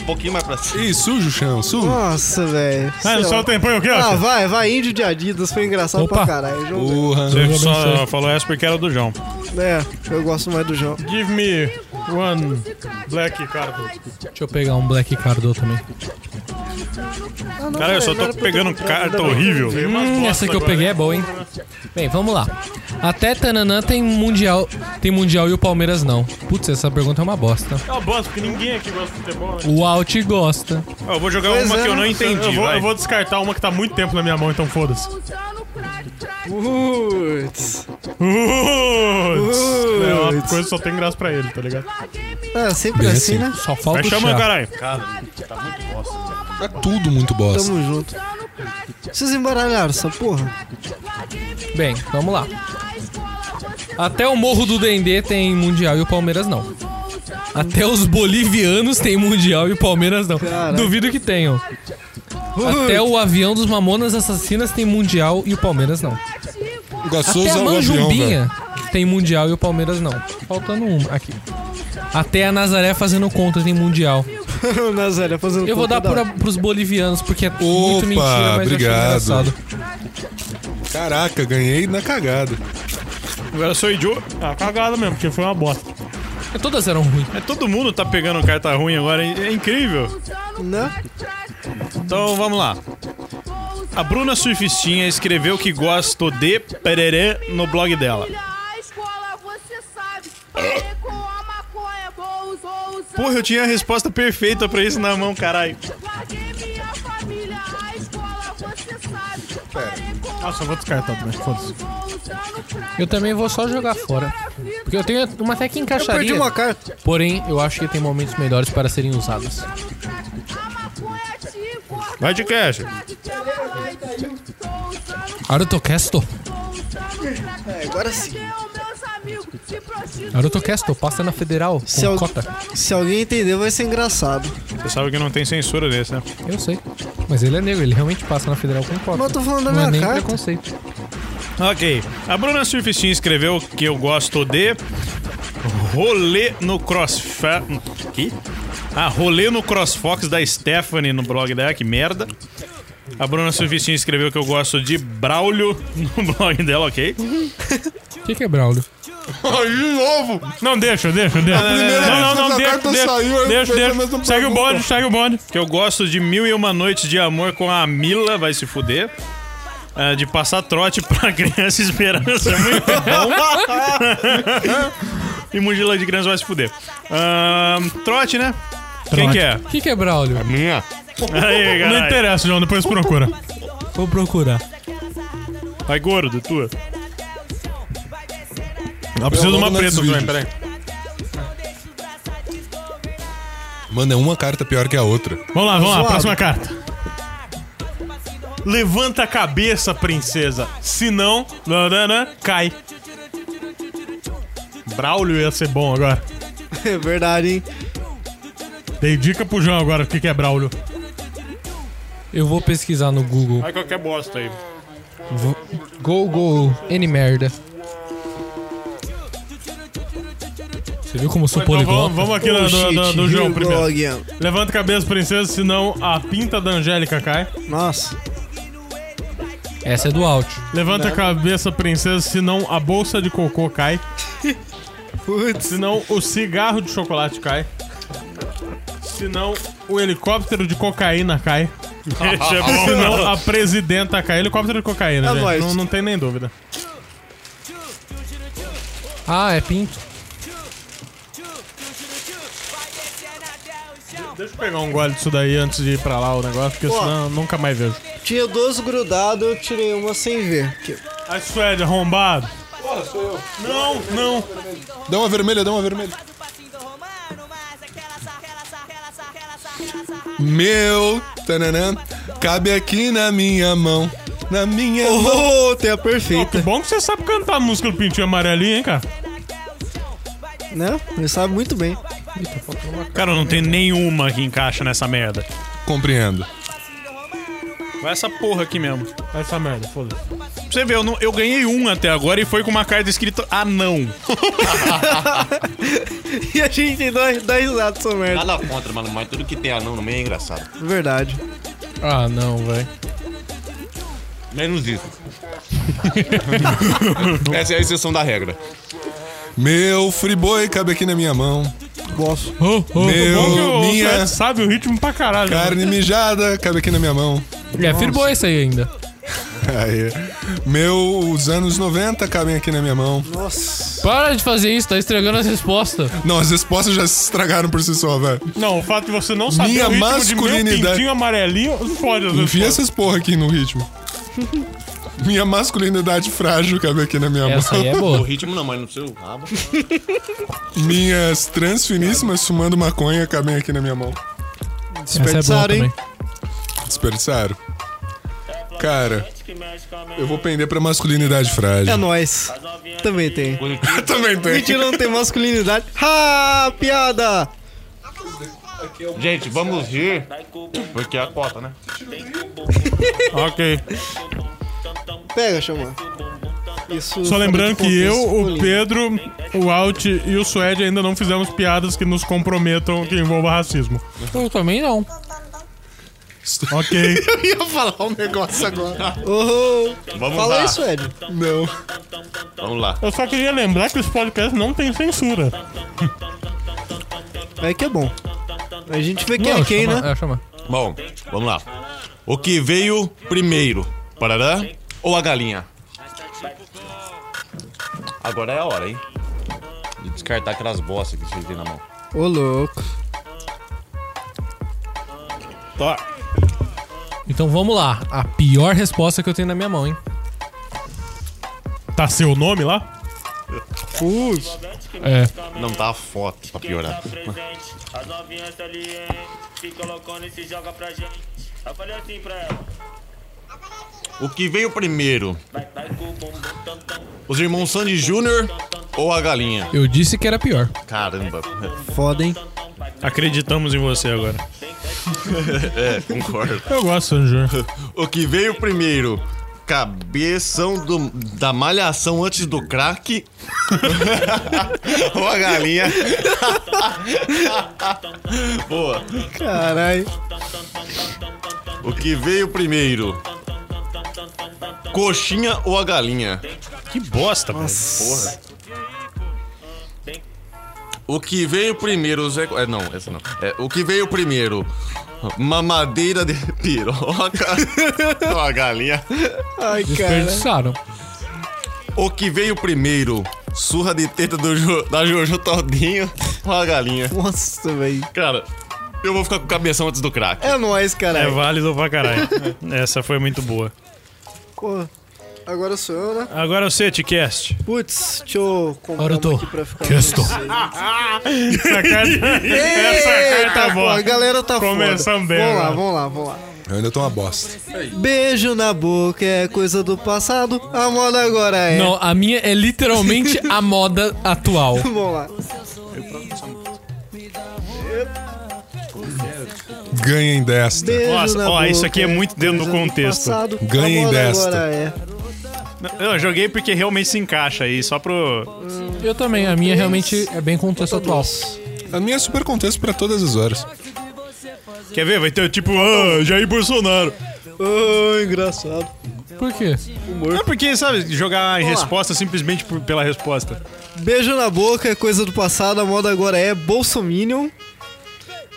H: Um pouquinho mais pra cima.
E: Ih, sujo o chão, sujo.
D: Nossa, velho.
A: Ah,
D: Sei
A: no
D: lá.
A: céu tem pão e o quê,
D: Ah,
A: Outcast?
D: vai, vai, índio de Adidas. Foi engraçado
G: Opa.
D: pra caralho. João.
E: Porra.
F: Ele
G: Deus
F: só
G: abençoe.
F: falou essa porque era do João.
D: É, eu gosto mais do João.
A: Give me one black card.
G: Deixa eu pegar um Black Cardô também.
F: Cara, eu só tô pegando carta horrível.
G: Hum, essa que eu peguei é boa, hein? Bem, vamos lá. Até Tananã tem mundial, tem mundial e o Palmeiras não. Putz, essa pergunta é uma bosta.
A: É uma bosta, porque ninguém aqui gosta de futebol, né?
G: O Alt gosta.
F: Ah, eu vou jogar
D: Pois
F: uma
D: é,
F: que eu não
D: né?
A: Eu
F: entendi,
A: vou,
F: vai.
A: eu vou descartar uma que tá há muito tempo na minha mão, então foda-se. Putz.
D: Putz.
A: É uma
D: Putz.
A: coisa que só tem graça pra ele, tá ligado?
D: Ah, sempre assim, né?
G: Só
F: Vai
G: falta o chá.
F: chamando, caralho.
E: Tá tudo muito bosta.
D: Tamo junto. Vocês embaralharam essa porra?
G: Bem, vamos lá. Até o Morro do Dendê tem mundial e o Palmeiras não. Até os bolivianos tem mundial e o Palmeiras não.
D: Caralho.
G: Duvido que tenham. Até o avião dos Mamonas Assassinas tem mundial e o Palmeiras não.
E: Gastou
G: Até a
E: usar o avião, velho.
G: Manjumbinha tem Mundial e o Palmeiras não. Faltando uma aqui. Até a Nazaré fazendo conta tem Mundial.
D: Nazaré fazendo
G: Eu vou dar
D: conta
G: pra,
D: da-
G: pros bolivianos, porque é muito mentira, mas
E: obrigado.
G: eu achei engraçado.
E: Caraca, ganhei na cagada.
F: Agora eu sou idiota.
A: Ah, cagada mesmo, porque foi uma bosta.
G: Porque Todas eram ruins.
F: É, todo mundo tá pegando carta ruim agora, é é incrível.
D: Né?
F: Então vamos lá. A Bruna Surfistinha escreveu que gosta de pererê no blog dela. Porra, eu tinha a resposta perfeita pra isso na mão, caralho.
A: Ah, só vou descartar também, foda-se.
G: Eu também vou só jogar fora. Porque eu tenho uma até que
D: Eu perdi
G: encaixaria.
D: uma carta.
G: Porém, eu acho que tem momentos melhores para serem usadas.
F: Vai de cash.
G: Arutokesto.
D: É, Agora sim.
G: Arutokesto, passa na Federal. Com
D: Se, al-
G: cota.
D: se alguém entender, vai ser engraçado.
F: Você sabe que não tem censura nesse, né?
G: Eu sei. Mas ele é negro, ele realmente passa na Federal com cota.
D: Mas tá eu tô falando da
G: Não
D: minha
G: é nem
D: carta.
G: preconceito.
F: Ok. A Bruna Surfistinha escreveu que eu gosto de rolê no crossfa... Que? Ah, rolê no crossfox da Stephanie no blog dela, que merda. A Bruna Surfistinha escreveu que eu gosto de Braulio no blog dela, ok?
G: O que, que é Braulio?
E: de novo!
A: Não, deixa, deixa, deixa.
E: primeira
A: Não, não, não,
E: vez que É, essa
A: deixa,
E: carta
A: deixa,
E: saiu, eu
A: deixa,
E: fiz a
A: deixa.
E: mesma
A: Segue o
E: pergunta.
A: bonde, segue o bonde.
F: Que eu gosto de Mil e Uma Noites de Amor com a Mila, vai se fuder. Ah, de passar trote pra criança esperança, é muito bom. e mochila de criança vai se fuder. Ah, trote, né? Quem que é?
G: O que, que é Braulio?
H: Minha.
A: Não
F: Aí, caralho.
A: interessa, João, depois procura.
G: Vou procurar.
F: Vai, gordo, tua.
A: Eu preciso de uma
E: logo
A: preta,
E: nesses
A: João,
E: vídeos.
A: peraí.
E: Mano, é uma carta pior que a outra.
A: Vamos lá, vamos lá,
D: Zoado.
A: próxima carta. Levanta a cabeça, princesa. Se não, nananã, cai. Braulio ia ser bom agora.
D: É verdade, hein?
A: Dei dica pro João agora o que que é Braulio.
G: Eu vou pesquisar no Google.
F: Vai qualquer bosta aí.
G: Vou- Go, go, N merda. Você viu como eu sou
A: Então
G: poliglota?
A: vamos, vamos aqui no, no, no- no
D: Oh, Shit,
A: João
D: here we go
A: primeiro.
D: again.
A: Levanta a cabeça, princesa, senão a pinta da Angélica cai.
D: Nossa.
G: Essa é do Alt.
A: Levanta a cabeça, princesa, senão a bolsa de cocô cai.
D: Putz.
A: Senão o cigarro de chocolate cai. Senão o helicóptero de cocaína cai.
F: Deixa é bom.
A: Senão a presidenta cai. Helicóptero de cocaína,
D: É
A: gente.
D: nóis.
A: Não, não tem nem dúvida.
G: Ah, é pinto.
A: Deixa eu pegar um gole disso daí antes de ir pra lá o negócio, porque
D: Ó.
A: senão eu nunca mais vejo.
D: Tinha 12 grudado, eu tirei uma sem ver. Aqui.
A: Ai, Suede, é arrombado. sou eu. Não, não.
E: Dá uma vermelha, dá uma vermelha. Meu, tananã, cabe aqui na minha mão. Na minha mão.
D: Oh, tem a
A: Ó, que
D: perfeita.
A: bom que você sabe cantar a música do Pintinho Amarelinho, hein, cara?
D: Né? Ele sabe muito bem.
F: Cara, não tem nenhuma que encaixa nessa merda.
E: Compreendo.
F: Vai essa porra aqui mesmo. Pra
A: Faz essa merda, foda-se.
F: você ver, eu, não- eu ganhei um até agora e foi com uma carta escrita anão.
D: E a gente dá, dá risada essa merda.
H: Nada contra, mano, mas tudo que tem anão no meio é engraçado.
D: Verdade.
G: Ah, não, velho.
H: Menos isso. Essa é a exceção da regra.
E: Meu friboi cabe aqui na minha mão.
D: Gosto.
A: Oh,
E: Meu,
A: bom que o
E: minha-
A: Suede sabe o ritmo pra caralho. né?
E: Carne mijada cabe aqui na minha mão.
G: É firmou esse aí ainda.
E: Aí. Meu, os anos 90 cabem aqui na minha mão.
D: Nossa.
G: Para de fazer isso, tá estragando as respostas.
E: Não, as respostas já se estragaram por si só, velho.
A: Não, o fato de você não saber
E: Minha
A: o ritmo de
E: masculinidade-
A: meu pintinho amarelinho, não pode. às vezes,
E: Enfia
A: pô.
E: essas porra aqui no ritmo. Minha masculinidade frágil cabe aqui na minha
G: Essa
E: mão.
G: aí é
H: O
G: boa.
H: ritmo não, mas no seu rabo.
E: Minhas trans finíssimas fumando maconha cabem aqui na minha mão.
G: Essa é boa
D: Desperdiçaram, hein?
G: também.
E: Desperdiçaram. Cara, eu vou pender pra masculinidade frágil.
D: É nóis. Também tem.
E: Também tem.
D: Mentira, não tem masculinidade. Ah, piada!
H: Gente, vamos rir. Porque é a cota, né?
A: Ok.
D: Pega, chama. Isso.
A: Só lembrando que eu, o
D: Pedro.
A: Pedro, o Alt e o Suede ainda não fizemos piadas que nos comprometam que envolva racismo.
G: Eu também não.
A: Ok.
H: Vamos
D: Fala
H: lá.
A: Ah.
D: isso, Ed.
E: Não.
H: Vamos lá.
A: Eu só queria lembrar que esse podcast não tem censura.
D: Aí que é bom. A gente vê quem
G: Não,
D: é quem,
G: chama-
D: né?
G: É, chama.
H: Bom, vamos lá. O que veio primeiro? Parará ou a galinha? Agora é a hora, hein? De descartar aquelas bostas que vocês têm na mão.
D: Ô, louco.
F: Tó.
G: Então vamos lá. A pior resposta que eu tenho na minha mão, hein?
A: Tá seu nome lá?
D: Putz.
G: É.
H: Não tá a foto pra piorar.
I: As novinhas tá ali, hein? Se colocando e se joga pra gente. Eu falei assim pra ela.
H: O que veio primeiro?
I: Vai, vai com o bumbum tam tam.
H: Os irmãos Sandy Júnior ou a galinha?
G: Eu disse que era pior.
H: Caramba.
D: Foda, hein?
F: Acreditamos em você agora.
H: É, concordo.
A: Eu gosto, Sanjur.
H: O que veio primeiro? Cabeção do- da malhação antes do crack? ou a galinha? Boa.
D: Caralho.
H: O que veio primeiro? Coxinha ou a galinha?
F: Que bosta, velho.
H: Porra. O que veio primeiro, Zé. Co- É, não, essa não. É, o que veio primeiro? Mamadeira de piroca ou a galinha?
D: Ai, cara.
G: Desperdiçaram.
H: O que veio primeiro? Surra de teta do Jo- da Jojo Todinho ou a galinha?
D: Nossa, velho.
H: Cara, Eu vou ficar com o cabeção antes do crack.
D: É nóis,
F: É
D: caralho.
F: válido pra caralho. Essa foi muito boa.
D: Pô, Agora sou eu, né?
F: Agora você, Ticast.
D: Putz, deixa eu comprar
G: Agora
D: uma
G: eu tô.
D: aqui pra ficar.
G: Questo.
F: é
A: Essa carta, essa carta é
D: Eita, pô,
A: boa.
D: a galera tá
A: Começamos
D: foda.
A: bem,
F: né?
D: Vamos lá,
A: mano.
D: vamos lá, vamos lá.
E: Eu ainda tô uma bosta.
D: Beijo na boca é coisa do passado, a moda agora é.
G: Não, a minha é literalmente a moda atual.
D: Vamos lá.
E: Ganhem desta.
D: Beijo
F: Nossa,
D: na
F: ó,
D: boca,
F: isso aqui é muito dentro do
D: coisa
F: contexto.
D: Passado,
E: Ganhem
D: a moda
E: desta.
D: Agora é.
F: Eu joguei porque realmente se encaixa aí, só pro.
G: Eu também, a minha realmente é bem contexto atual.
E: A minha é super contexto pra todas as horas.
F: Quer ver? Vai ter tipo, ah, Jair Bolsonaro.
D: Ah, engraçado.
G: Por quê?
F: Não é porque, sabe, jogar em resposta simplesmente por- pela resposta.
D: Beijo na boca é coisa do passado, a moda agora é Bolsominion.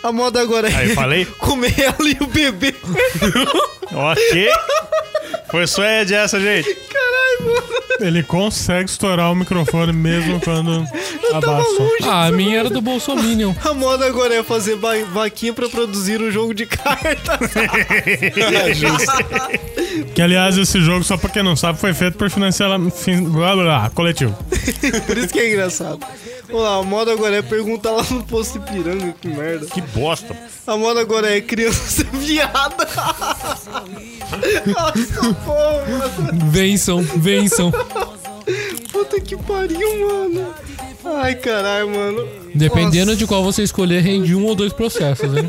D: A moda agora é.
F: Aí, falei?
D: Comer ela e o bebê.
F: Ok. Foi suede essa, gente.
A: Ele consegue estourar o microfone mesmo quando abaixa.
G: Ah, a minha era do Bolsominion.
D: A moda agora é fazer ba- vaquinha pra produzir um jogo de cartas. É,
A: Que, aliás, esse jogo, só pra quem não sabe, foi feito por financiar fin- blá, blá, blá, coletivo.
D: Por isso que é engraçado. Vamos lá, a moda agora é perguntar lá no posto de piranga, que merda.
F: Que bosta.
D: A moda agora é criança viada. Nossa, porra.
G: Vençam, vençam.
D: Puta que pariu, mano. Ai, caralho, mano.
G: Dependendo de qual você escolher, rende um ou dois processos, hein?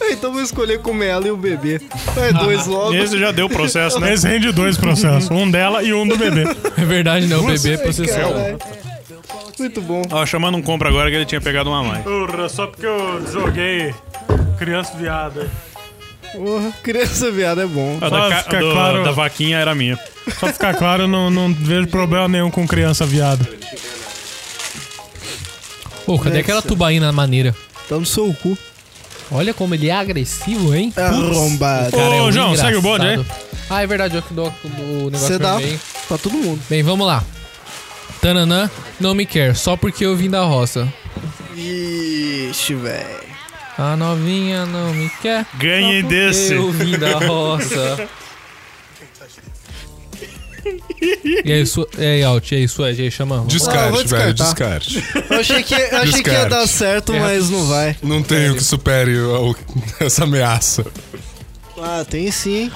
D: Ah, Então vou escolher comer ela e o bebê. É dois logo.
F: Esse já deu processo, né?
A: Mas rende dois processos, um dela e um do bebê.
G: É verdade, né? O bebê é processado.
D: Caralho. Muito bom.
F: Ó, chamando um compra agora que ele tinha pegado uma mãe.
A: Só porque eu joguei criança viada.
D: Porra, criança viada é bom.
F: A
A: Só
F: da, ca-
A: fica
F: do-
A: claro.
F: da vaquinha era minha.
A: Só pra ficar claro, eu não, não vejo problema nenhum com criança viada.
G: Pô, cadê aquela tubaína maneira?
D: Tá no seu cu.
G: Olha como ele é agressivo, hein?
D: Arrombado.
G: Cara, é
A: Ô,
G: um
A: João, segue o bonde aí.
G: engraçado. Ah, é verdade, eu que dou o negócio
D: Você dá
G: vermelho.
D: pra Tá todo mundo.
G: Bem, vamos lá. Tananã, não me quer, só porque eu vim da roça.
D: Ixi, velho.
G: A novinha não me quer. só
F: Ganhe
G: porque
F: desse.
G: Eu vim da roça. e aí, su... e aí, Alt, e aí, Suede, e aí, chamamos.
D: Ah,
E: Descarte,
D: vou descartar.
E: velho, descarte.
D: Eu achei que, eu achei que ia
E: Descarte.
D: dar certo, mas não vai.
E: Não tenho que supere o- essa ameaça.
D: Ah, tem sim.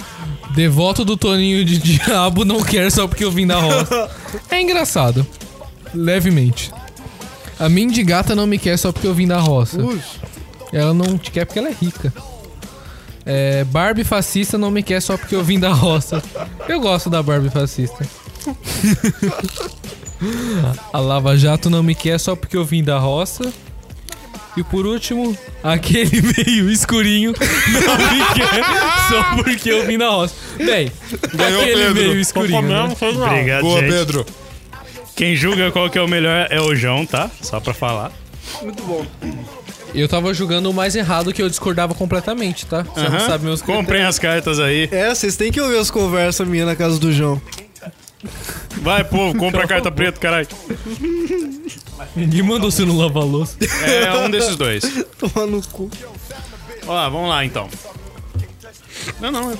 G: Devoto do Toninho de Diabo não quer só porque eu vim da roça. É engraçado. Levemente. A mendigata não me quer só porque eu vim da roça. Ela não te quer porque ela é rica. É, Barbie fascista não me quer só porque eu vim da roça. Eu gosto da Barbie fascista. A Lava Jato não me quer só porque eu vim da roça. E por último, aquele meio escurinho não me quer só porque eu vim da roça. Bem,
E: Ganhou,
G: aquele
E: Pedro.
G: meio escurinho. Né?
F: Obrigado,
E: Boa,
F: gente.
E: Pedro.
F: Quem julga qual que é o melhor é o João, tá? Só pra falar.
G: Eu tava julgando o mais errado que eu discordava completamente, tá? Você não sabe meus
F: Comprem as cartas aí.
D: É, vocês têm que ouvir as conversas minhas na casa do João.
F: Vai, povo, compra a carta preta, caralho.
G: Ninguém mandou você não lavar a louça.
F: É um desses dois.
D: Tomar no cu.
F: Ó, lá, vamos lá então. Não, não. é-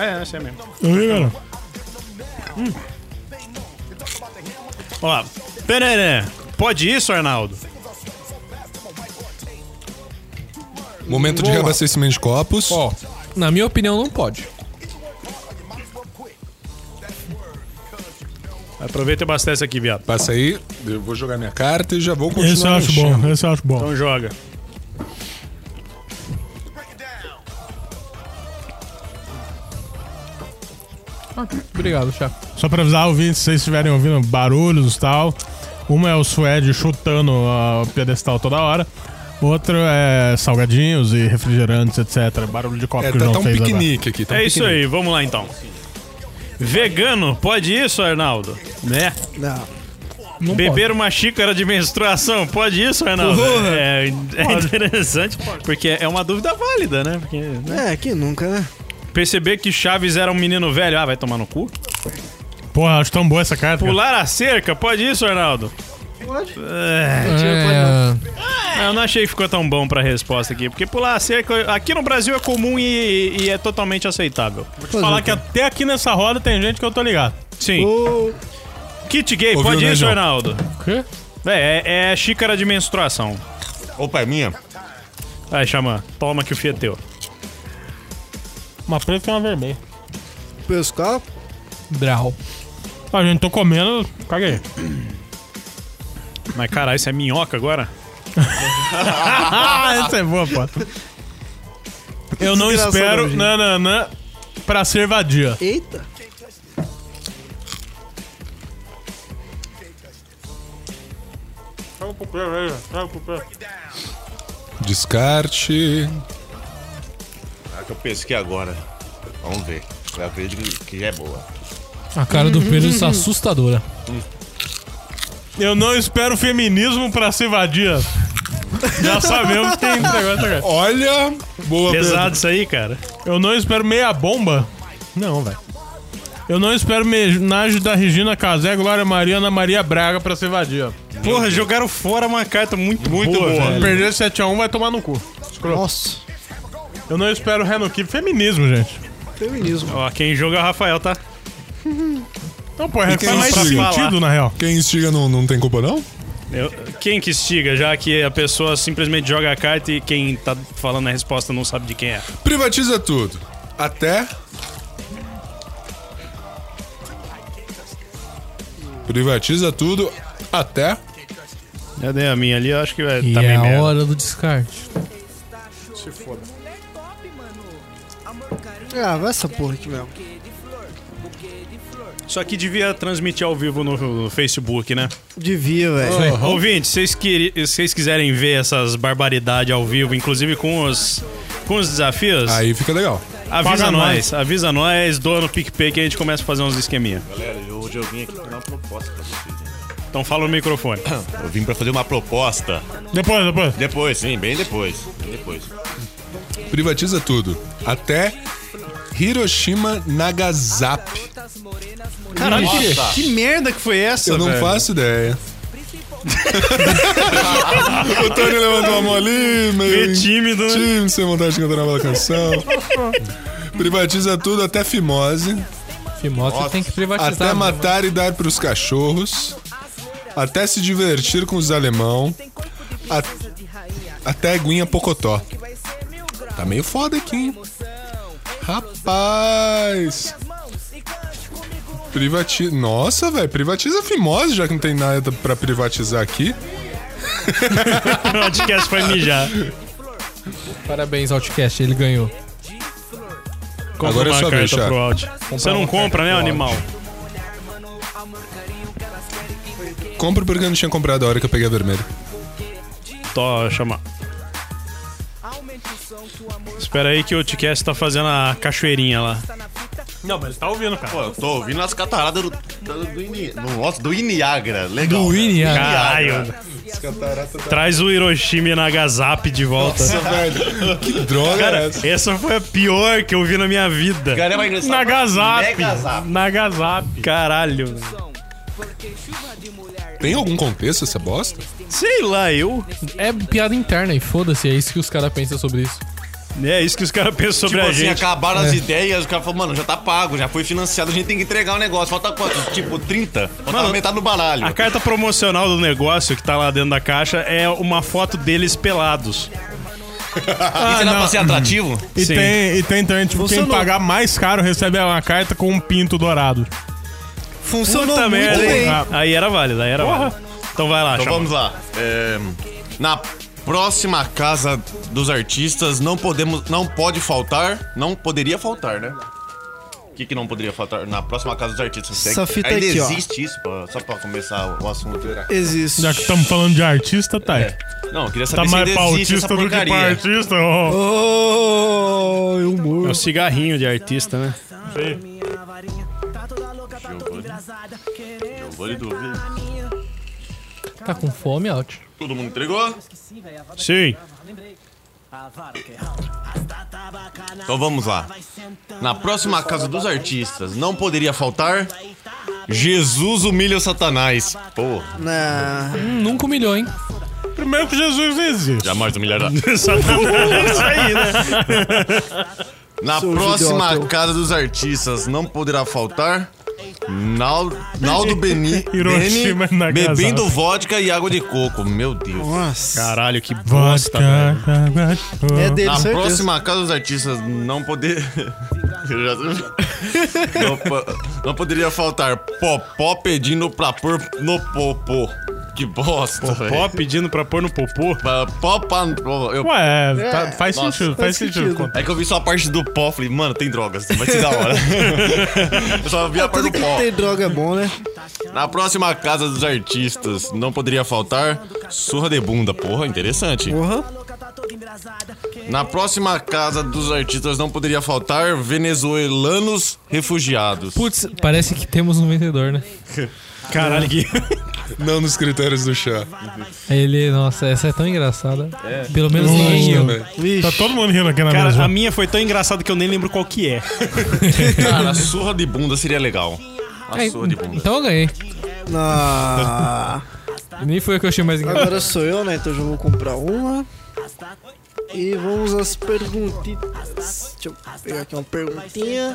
F: É, essa é mesmo.
A: Eu
F: Hum.
A: vi, cara.
F: Ó, lá. Pererê. Pode isso, Arnaldo?
E: Momento de reabastecimento de copos.
G: Ó, na minha opinião, não pode.
F: Aproveita e abastece aqui, viado.
E: Passa aí, eu vou jogar minha carta e já vou continuar.
A: Esse eu acho
E: mexendo.
A: bom, esse eu acho bom.
F: Então joga.
G: Obrigado, Chá.
A: Só pra avisar ouvintes, se vocês estiverem ouvindo barulhos e tal, uma é o Suede chutando ah, o pedestal toda hora, outro é salgadinhos e refrigerantes, etc. Barulho de copo
E: É,
A: que o
E: tá,
A: João
E: tá um
A: fez
E: piquenique aqui. Tá um
F: É isso
E: piquenique.
F: aí, vamos lá então. Vegano, pode isso, Arnaldo? Né?
D: Não.
G: Não
F: Beber uma xícara de menstruação, pode isso, Arnaldo?
D: Porra.
F: É, é interessante, porque é uma dúvida válida, né? Porque, né?
D: É, que nunca, né?
F: Perceber que Chaves era um menino velho, ah, vai tomar no cu.
A: agora. Porra, acho tão boa essa carta. cara.
F: Pular a cerca, pode isso, Arnaldo?
G: pode. É...
F: Eu não achei que ficou tão bom pra resposta aqui, porque pular a cerca aqui no Brasil é comum e, e é totalmente aceitável.
A: Falar que até aqui nessa roda tem gente que eu tô ligado.
F: Sim. Kit gay,
E: Ouviu,
F: pode
E: né,
F: ir,
E: João?
F: senhor Reinaldo?
G: Quê?
F: Véi, É, é xícara de menstruação.
H: Opa, é minha?
F: Vai, Xamã, toma que o fio é teu.
A: Uma preta e uma vermelha.
D: Meus copos.
G: Drau.
A: Ah, gente, tô comendo, caguei.
F: Mas caralho, isso é minhoca agora?
A: Ah, essa é boa, pô. Eu não
D: Desgraçado,
A: espero
D: é gente.
A: nananã pra ser vadia.
D: Eita.
E: Descarte.
H: É que eu pesquei agora. Vamos ver. Eu acredito que é boa.
G: A cara
F: Uhum.
G: do Pedro está assustadora.
A: Eu não espero feminismo pra ser vadia. Já sabemos que tem esse negócio agora.
E: Olha! Boa,
F: Pesado isso aí, cara.
A: Eu não espero meia bomba. Não, velho. Eu não espero homenagem da Regina Casé, Glória Maria, Ana Maria Braga pra ser vadia.
F: Porra, jogaram fora uma carta muito, muito boa. velho.
A: Perder 7x1 vai tomar no cu.
D: Nossa.
A: Eu não espero ré no Keep. Feminismo, gente.
D: Feminismo.
F: Ó, quem joga é o Rafael, tá?
A: Não, pô, é faz
E: quem
A: mais
E: sabe
A: sentido,
F: falar?
A: na real.
E: Quem instiga não, não tem culpa, não?
F: Eu- quem que estiga, já que a pessoa simplesmente joga a carta e quem tá falando a resposta não sabe de quem é.
E: Privatiza tudo. Até. Privatiza tudo até.
F: Eu dei a minha ali, eu acho que vai.
G: E
F: tá
G: é
F: bem
G: a
F: merda.
G: hora do descarte.
D: Ah, vai essa porra aqui mesmo.
F: Só que devia transmitir ao vivo no, no Facebook, né?
D: Devia, velho.
F: Ouvinte, se vocês, queri- se vocês quiserem ver essas barbaridades ao vivo, inclusive com os, com os desafios,
E: Aí fica legal.
F: avisa
A: paga
F: nós.
A: nós.
F: Avisa nós, doa no PicPay que a gente começa a fazer uns esqueminha.
H: Galera, eu, hoje eu vim aqui fazer uma proposta pra vocês. hein?
F: Então fala no microfone.
H: Eu vim pra fazer uma proposta.
A: Depois, depois.
H: Depois, sim, bem depois. Bem depois.
E: Privatiza tudo. Até Hiroshima Nagasaki.
F: Caralho,
H: Nossa.
F: que, que merda que foi essa,
E: Eu não
F: velho?
E: faço ideia. o Tony levantou a mão ali, meio
F: Meio tímido, né?
E: time, sem vontade de cantar uma bela canção. Privatiza tudo até fimose.
G: Fimose tem que privatizar.
E: Até
G: mano.
E: matar e dar pros cachorros. Até se divertir com os alemão. a- Até aguinha pocotó. Tá meio foda aqui, hein? Rapaz! Privatiza. Nossa, velho, privatiza a Fimose, já que não tem nada pra privatizar aqui.
F: O podcast foi mijar.
G: Parabéns, Outcast, ele ganhou.
E: Agora é
F: uma
E: sua
F: carta
E: vez, Chá.
F: pro áudio. Você não
G: uma
F: compra, né, animal?
E: Compro porque eu não tinha comprado a hora que eu peguei a vermelha.
F: Tô chamar. Espera aí que o Outcast tá fazendo a cachoeirinha lá.
A: Não, mas tá ouvindo, cara.
H: Pô, eu tô ouvindo as cataradas do. do, do Ini- no- nossa, do Iniagra. Legal.
G: Do Iniagra.
F: Caralho. Traz o Hiroshima e Nagasaki de volta.
E: velho, que droga é
F: Cara,
E: essa?
F: essa foi a pior que eu vi na minha vida.
H: Cara, é mais engraçado.
F: Nagasaki.
H: Nagasaki.
F: Nagasaki. Caralho.
E: Tem algum contexto essa bosta?
F: Sei lá, eu.
G: É piada interna e foda-se, é isso que os caras pensam sobre isso.
F: É isso que os caras pensam sobre
H: Tipo
F: a
H: assim,
F: gente.
H: acabaram
D: É.
H: as ideias, o cara falou, mano, já tá pago, já foi financiado, a gente tem que entregar o negócio. Falta quanto? Tipo, 30? Falta
F: Mano,
H: metade do baralho.
F: A carta promocional do negócio que tá lá dentro da caixa é uma foto deles pelados. Ah,
H: e será pra ser atrativo?
A: E
F: Sim.
A: tem, e tem também, tipo,
D: Você
A: quem
D: não-
A: pagar mais caro recebe uma carta com um pinto dourado.
D: Funcionou
F: Puta
D: muito
F: merda,
D: bem.
H: Ah.
F: hein? Aí era válido, aí era válido. Então vai lá,
H: Então
F: chama.
H: vamos lá. É, na próxima casa dos artistas não podemos, não pode faltar, não poderia faltar, né? O que, que não poderia faltar na próxima casa dos artistas? Se é
D: Essa
H: que-
D: fita
H: ainda
D: aqui, ó.
H: existe isso, pô, só pra começar o assunto.
D: Existe.
A: Já que estamos falando de artista, tá aí.
H: Não, eu queria saber
A: Tá
H: se
A: mais
H: É. ainda existe
A: pautista
H: essa
A: do que pra
H: porcaria.
A: artista. ó.
D: Oh, eu
F: É
D: morro.
F: um cigarrinho de artista, né?
H: Eu vou lhe duvidar.
G: Tá com fome, Out?
H: Todo mundo entregou?
F: Sim.
H: Então vamos lá. Na próxima casa dos artistas não poderia faltar Jesus humilha o Satanás. Porra.
D: Na...
G: Hum, nunca humilhou, hein?
A: Primeiro que Jesus não existe.
H: Jamais humilhará.
F: Isso aí, né?
H: Na
D: Sou
H: próxima
D: idiota.
H: casa dos artistas não poderá faltar. Nal- Naldo Beni,
A: Hiroshima e
H: Beni
A: Nagasaki.
H: bebendo vodka e água de coco. Meu Deus.
D: Nossa.
F: Caralho, que bosta,
A: Vodka, Tá
F: velho.
A: vodka.
D: É dele,
H: Na
D: certeza.
H: próxima casa dos artistas não poder. Eu já- não, po- não poderia faltar popó pedindo pra pôr no popô. Que bosta,
F: Pó
H: velho.
F: pedindo pra pôr no popô.
H: Pra- Pó pra- eu-
A: Ué, tá- faz
H: nossa,
A: sentido, faz,
D: faz
A: sentido.
D: sentido.
H: É que eu vi só a parte do pó, falei, mano, tem drogas, vai ser da hora. eu só vi a parte
D: Tudo
H: do
D: que
H: pó.
D: tem droga é bom, né?
H: Na próxima casa dos artistas, não poderia faltar surra de bunda, porra, interessante.
D: Porra.
H: Na próxima casa dos artistas não poderia faltar venezuelanos refugiados.
G: Putz, parece que temos um vendedor, né?
F: Caralho, que...
E: Não nos critérios do chá.
G: Ele, nossa, essa é tão engraçada. Pelo menos ninguém eu.
E: Também.
D: Vixe.
A: Tá todo mundo rindo aqui na
F: Cara,
A: mesa.
F: a minha foi tão engraçada que eu nem lembro qual que é.
H: Cara, surra de bunda seria legal. A surra de bunda.
G: Então eu ganhei.
D: Ah,
G: Nem foi o que eu achei mais engraçado.
D: agora sou eu, né? Então já vou comprar uma. E vamos às perguntitas. Deixa eu pegar aqui uma perguntinha.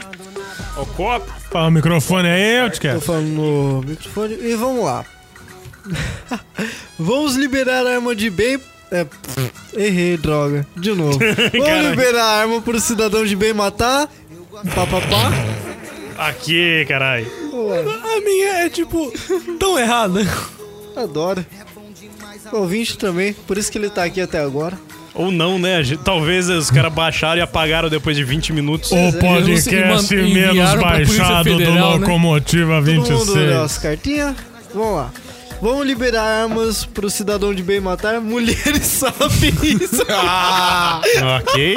F: O copo.
A: Fala o microfone aí, eu te
D: Tô
A: quero.
D: falando no microfone. E vamos lá. vamos liberar a arma de bem. É, pff, errei, droga. De novo. Vamos liberar a arma pro cidadão de bem matar. Pá, pá, pá.
F: Aqui, caralho.
G: A minha é, tipo, tão errada.
D: Adoro. Ouvinte também, por isso que ele tá aqui até agora.
F: Ou não, né? A gente- Talvez os caras baixaram e apagaram depois de 20 minutos.
A: O podcast
G: Eles enviaram
A: menos
G: pra Polícia
A: baixado
G: Federal,
A: do
G: né?
A: Locomotiva
D: Todo mundo né? olhou
A: 26.
D: as cartinhas. Vamos lá. Vamos liberar armas pro cidadão de bem matar mulheres sapiens.
F: Ok.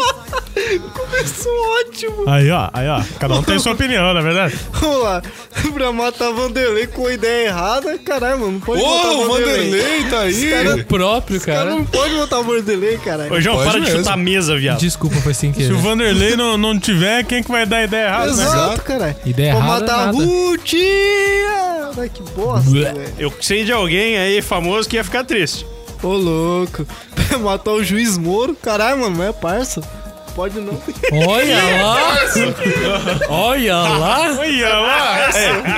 D: Isso é ótimo.
A: Aí, ó, aí, ó. Cada um tem sua opinião, na verdade.
D: Vamos lá. Pra matar Vanderlei com a ideia errada, caralho, mano. Não pode matar
E: Ô, o Vanderlei tá aí.
G: O próprio,
D: Cara,
G: cara.
D: não pode botar o Vanderlei, caralho.
F: Ô, João,
E: Pode
F: para de
E: mesmo.
F: chutar a mesa, viado.
G: Desculpa, foi sem
A: Se
G: querer.
A: o Vanderlei não, não tiver, quem que vai dar a ideia errada? né?
D: Exato, caralho.
G: Ideia
D: Vou
G: errada,
D: matar a
G: nada.
D: Rutinha. Ai, que bosta,
G: Blé.
D: velho.
F: Eu sei de alguém aí famoso que ia ficar triste.
D: Ô, louco. matar o juiz Moro, caralho, mano, não é parça. Pode não.
G: Olha lá! Olha lá!
A: Olha lá,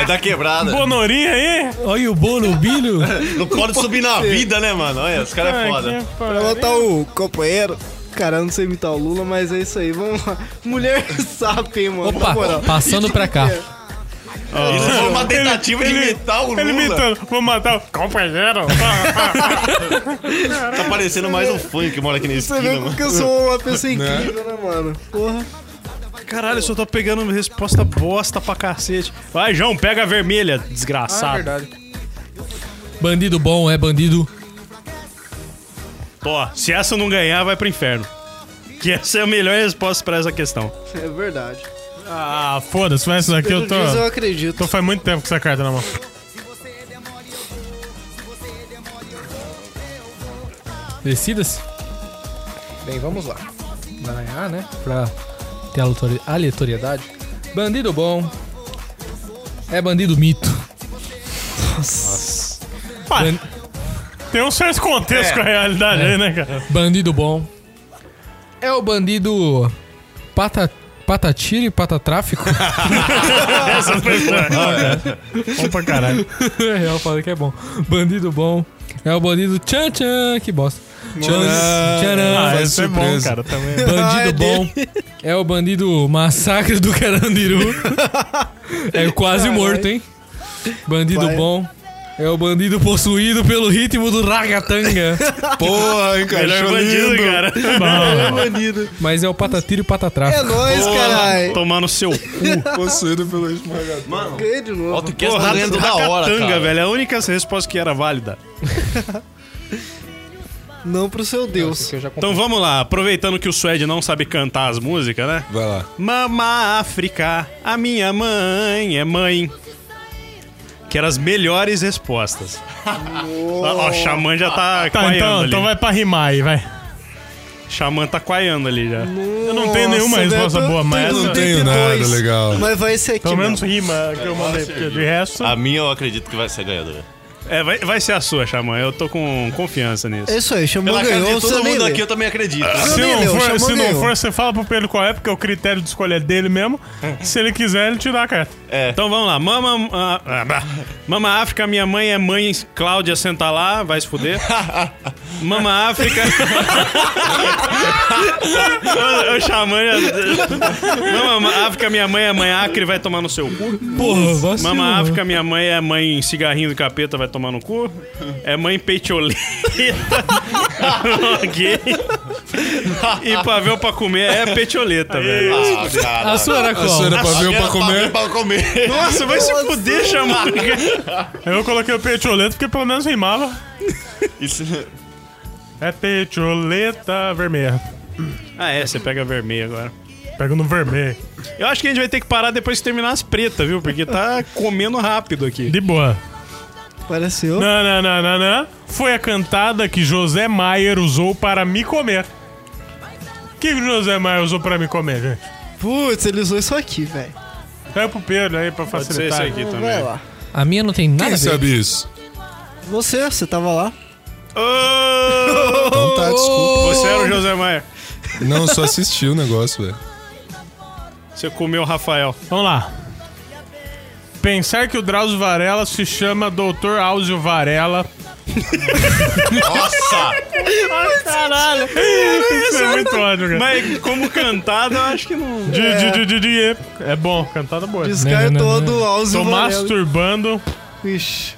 H: É da quebrada.
A: Bonorinha aí.
G: Olha o Bolobilho!
H: Não pode subir na vida, né, mano? Olha, os caras é foda.
D: Pra matar o companheiro. Cara, eu não sei imitar o Lula, mas é isso aí. Vamos lá. Mulher sapo, hein, mano. na moral.
G: Opa, passando pra cá.
H: Isso foi uma tentativa de
A: ele-
H: imitar o
A: Ele
H: Lula.
A: imitando. Vou matar o companheiro.
H: Tá parecendo mais um funk que mora aqui na
D: Você
H: esquina,
D: vê
H: mano.
D: como que eu sou uma pessoa incrível, né, mano? Porra.
F: Caralho, eu só tô pegando resposta bosta pra cacete. Vai, João, pega a vermelha,
H: Ah, é
F: desgraçado.
G: Bandido bom é bandido.
F: Ó, se essa eu não ganhar, vai pro inferno. Que essa é a melhor resposta pra essa questão.
D: É verdade.
A: ah, foda-se, mas isso aqui eu
D: Pelo
A: tô...
D: diz, eu acredito.
A: Tô faz muito tempo com essa carta na mão.
G: Decida-se. Bem, vamos lá. Maranhá, né? Pra ter aleatori- aleatoriedade. Bandido bom é bandido mito.
A: Ah,
G: Ban-
A: Tem um certo contexto com a realidade aí, né, cara?
G: Bandido bom é o bandido pata, patatira e patatráfico.
F: Essa foi boa.
A: Opa, caralho.
G: é real, falei que é bom. Bandido bom é o bandido tchan tchan. Que bosta. Tchan, tcharam.
A: Ah, isso é bom,
E: surpresa.
A: cara, também.
G: Bandido bom é o bandido massacre do Carandiru. é quase morto, hein? Bandido
D: Vai.
G: bom é o bandido possuído pelo ritmo do ragatanga.
E: Porra, hein, cara.
F: melhor
E: achou
F: bandido,
E: lindo.
F: cara.
D: É banido.
G: Mas é o patatiro e o
D: É
G: patatráfico.
D: nóis, caralho.
F: Tomar no seu
E: Possuído pelo esmagador.
D: Ganhei de novo.
H: Alto que tá lendo da hora,
F: tanga,
H: cara.
F: velho. É a única resposta que era válida.
D: Não pro seu Deus.
F: Então vamos lá, aproveitando que o Suede não sabe cantar as músicas, né?
E: Vai lá.
F: Mama África, a minha mãe é mãe. Que eram as melhores respostas. Ó, o Xamã já tá
A: Tá,
F: quaiando
A: então,
F: ali.
A: então vai pra rimar aí, vai.
F: Xamã tá quaiando ali já.
A: Eu não tenho nenhuma
D: Nossa,
A: resposta
D: velho,
A: boa,
D: tô-
A: mas
D: tô-
E: Não
A: essa-
D: tô-
E: tenho
D: 32.
E: nada legal.
D: Mas vai esse aqui.
A: pelo menos
D: mesmo.
A: É, rima que eu mandei, porque de resto...
H: A minha eu acredito que vai ser ganhadora.
F: É, vai, vai ser a sua, Xamã. Eu tô com confiança nisso.
D: É isso aí, chamou,
H: Pela cara
D: ganhou,
H: de
D: você
H: todo
D: nem
H: mundo
D: lê.
H: aqui, tá? eu também acredito.
D: Ah,
A: Se não,
D: Deu,
A: for,
D: chamou,
A: se não
D: deu.
A: for, você fala pro Pedro qual é, porque o critério de escolha é dele mesmo. Se ele quiser, ele te dá a carta.
F: Então vamos lá. Mama. ah, ah, bah. Mama África, minha mãe é mãe. Cláudia, senta lá, vai se fuder. Mama África. o o Xamã. já- Mama África, minha mãe é mãe Acre, vai tomar no seu cu.
G: Porra, vacilo.
F: Mama
G: mano.
F: África, minha mãe é mãe cigarrinho do capeta, vai tomar no cu. É mãe peitoleta. Gay. E pavel pra comer é peitoleta, velho.
G: A sua era
E: A
G: qual?
E: senhora pra ver ou pra comer?
H: Pra comer.
F: Nossa, vai se fuder, chamar.
A: Eu coloquei o petioleto porque pelo menos rimava.
H: Isso-
A: É petioleta vermelha.
F: Ah, é, você pega vermelho agora.
A: Pega no vermelho.
F: Eu acho que a gente vai ter que parar depois que terminar as pretas, viu? Porque tá comendo rápido aqui.
A: De boa.
D: Pareceu.
A: Não, não, não, não, não. Foi a cantada que José Maier usou para me comer. O que que o José Maier usou para me comer, gente?
D: Putz, ele usou isso aqui, velho.
A: Pega pro Pedro aí pra
F: Pode ser
A: facilitar.
F: esse aqui
D: Vai
F: também.
D: lá.
G: A minha não tem nada
E: Quem
G: a ver.
E: sabe isso?
D: Você, você tava lá.
F: Ô,
E: Então tá, desculpa.
F: você era o José Maia.
E: Não, só assisti o negócio, velho.
F: Você comeu o Rafael.
A: Vamos lá. Pensar que o Drauzio Varela se chama Dr. Áuzio Varela.
H: Nossa!
A: Caralho! Isso é muito ódio, cara.
F: Mas como cantada, eu acho que
A: Di-
F: não.
A: di- di- di- di- É bom, cantada boa.
G: Não,
D: Descartou
G: não, não,
D: do é Alzo
A: Tô
D: Varela.
A: masturbando.
D: Ixi.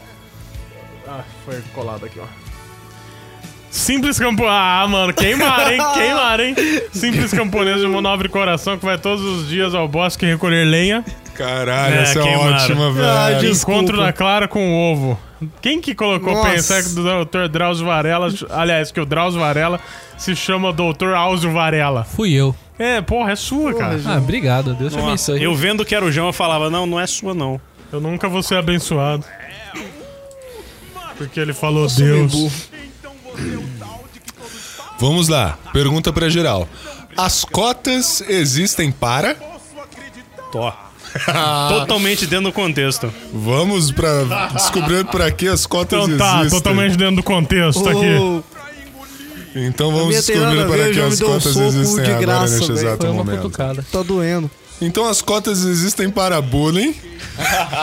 A: Foi colado aqui, ó. Simples camponês. Ah, mano, queimaram, hein? Queimaram, hein? Simples camponês de um nobre coração que vai todos os dias ao bosque recolher lenha.
E: Caralho,
F: É,
E: essa é
F: queimaram.
E: ótima,
A: De
E: velho.
D: Ah, Desculpa.
A: encontro da Clara com o ovo. Quem que colocou
D: Nossa.
A: pensar que o Dr. Drauzio Varela. Aliás, que o Drauzio Varela se chama Dr. Áuzio Varela.
G: Fui eu.
A: É, porra, é sua, cara.
G: Ah, obrigado. Deus te abençoe.
F: Eu vendo que era o João, eu falava, não, não é sua, não.
A: Eu nunca vou ser abençoado. Porque ele falou Deus.
E: Vamos lá, pergunta pra geral. As cotas existem para?
F: Tó. Totalmente dentro do contexto.
E: Vamos pra descobrir pra que as cotas
A: Então tá,
E: existem.
A: totalmente dentro do contexto aqui.
D: Ô,
E: Então
D: A
E: vamos
D: minha tem nada
E: descobrir
D: a
E: para
D: ver,
E: que
D: já me
E: as
D: deu um
E: cotas
D: soco
E: existem
D: de
E: agora
D: graça,
E: neste
D: velho.
E: exato
G: Foi uma
E: momento.
G: cutucada.
D: tá doendo.
E: Então as cotas existem para bullying,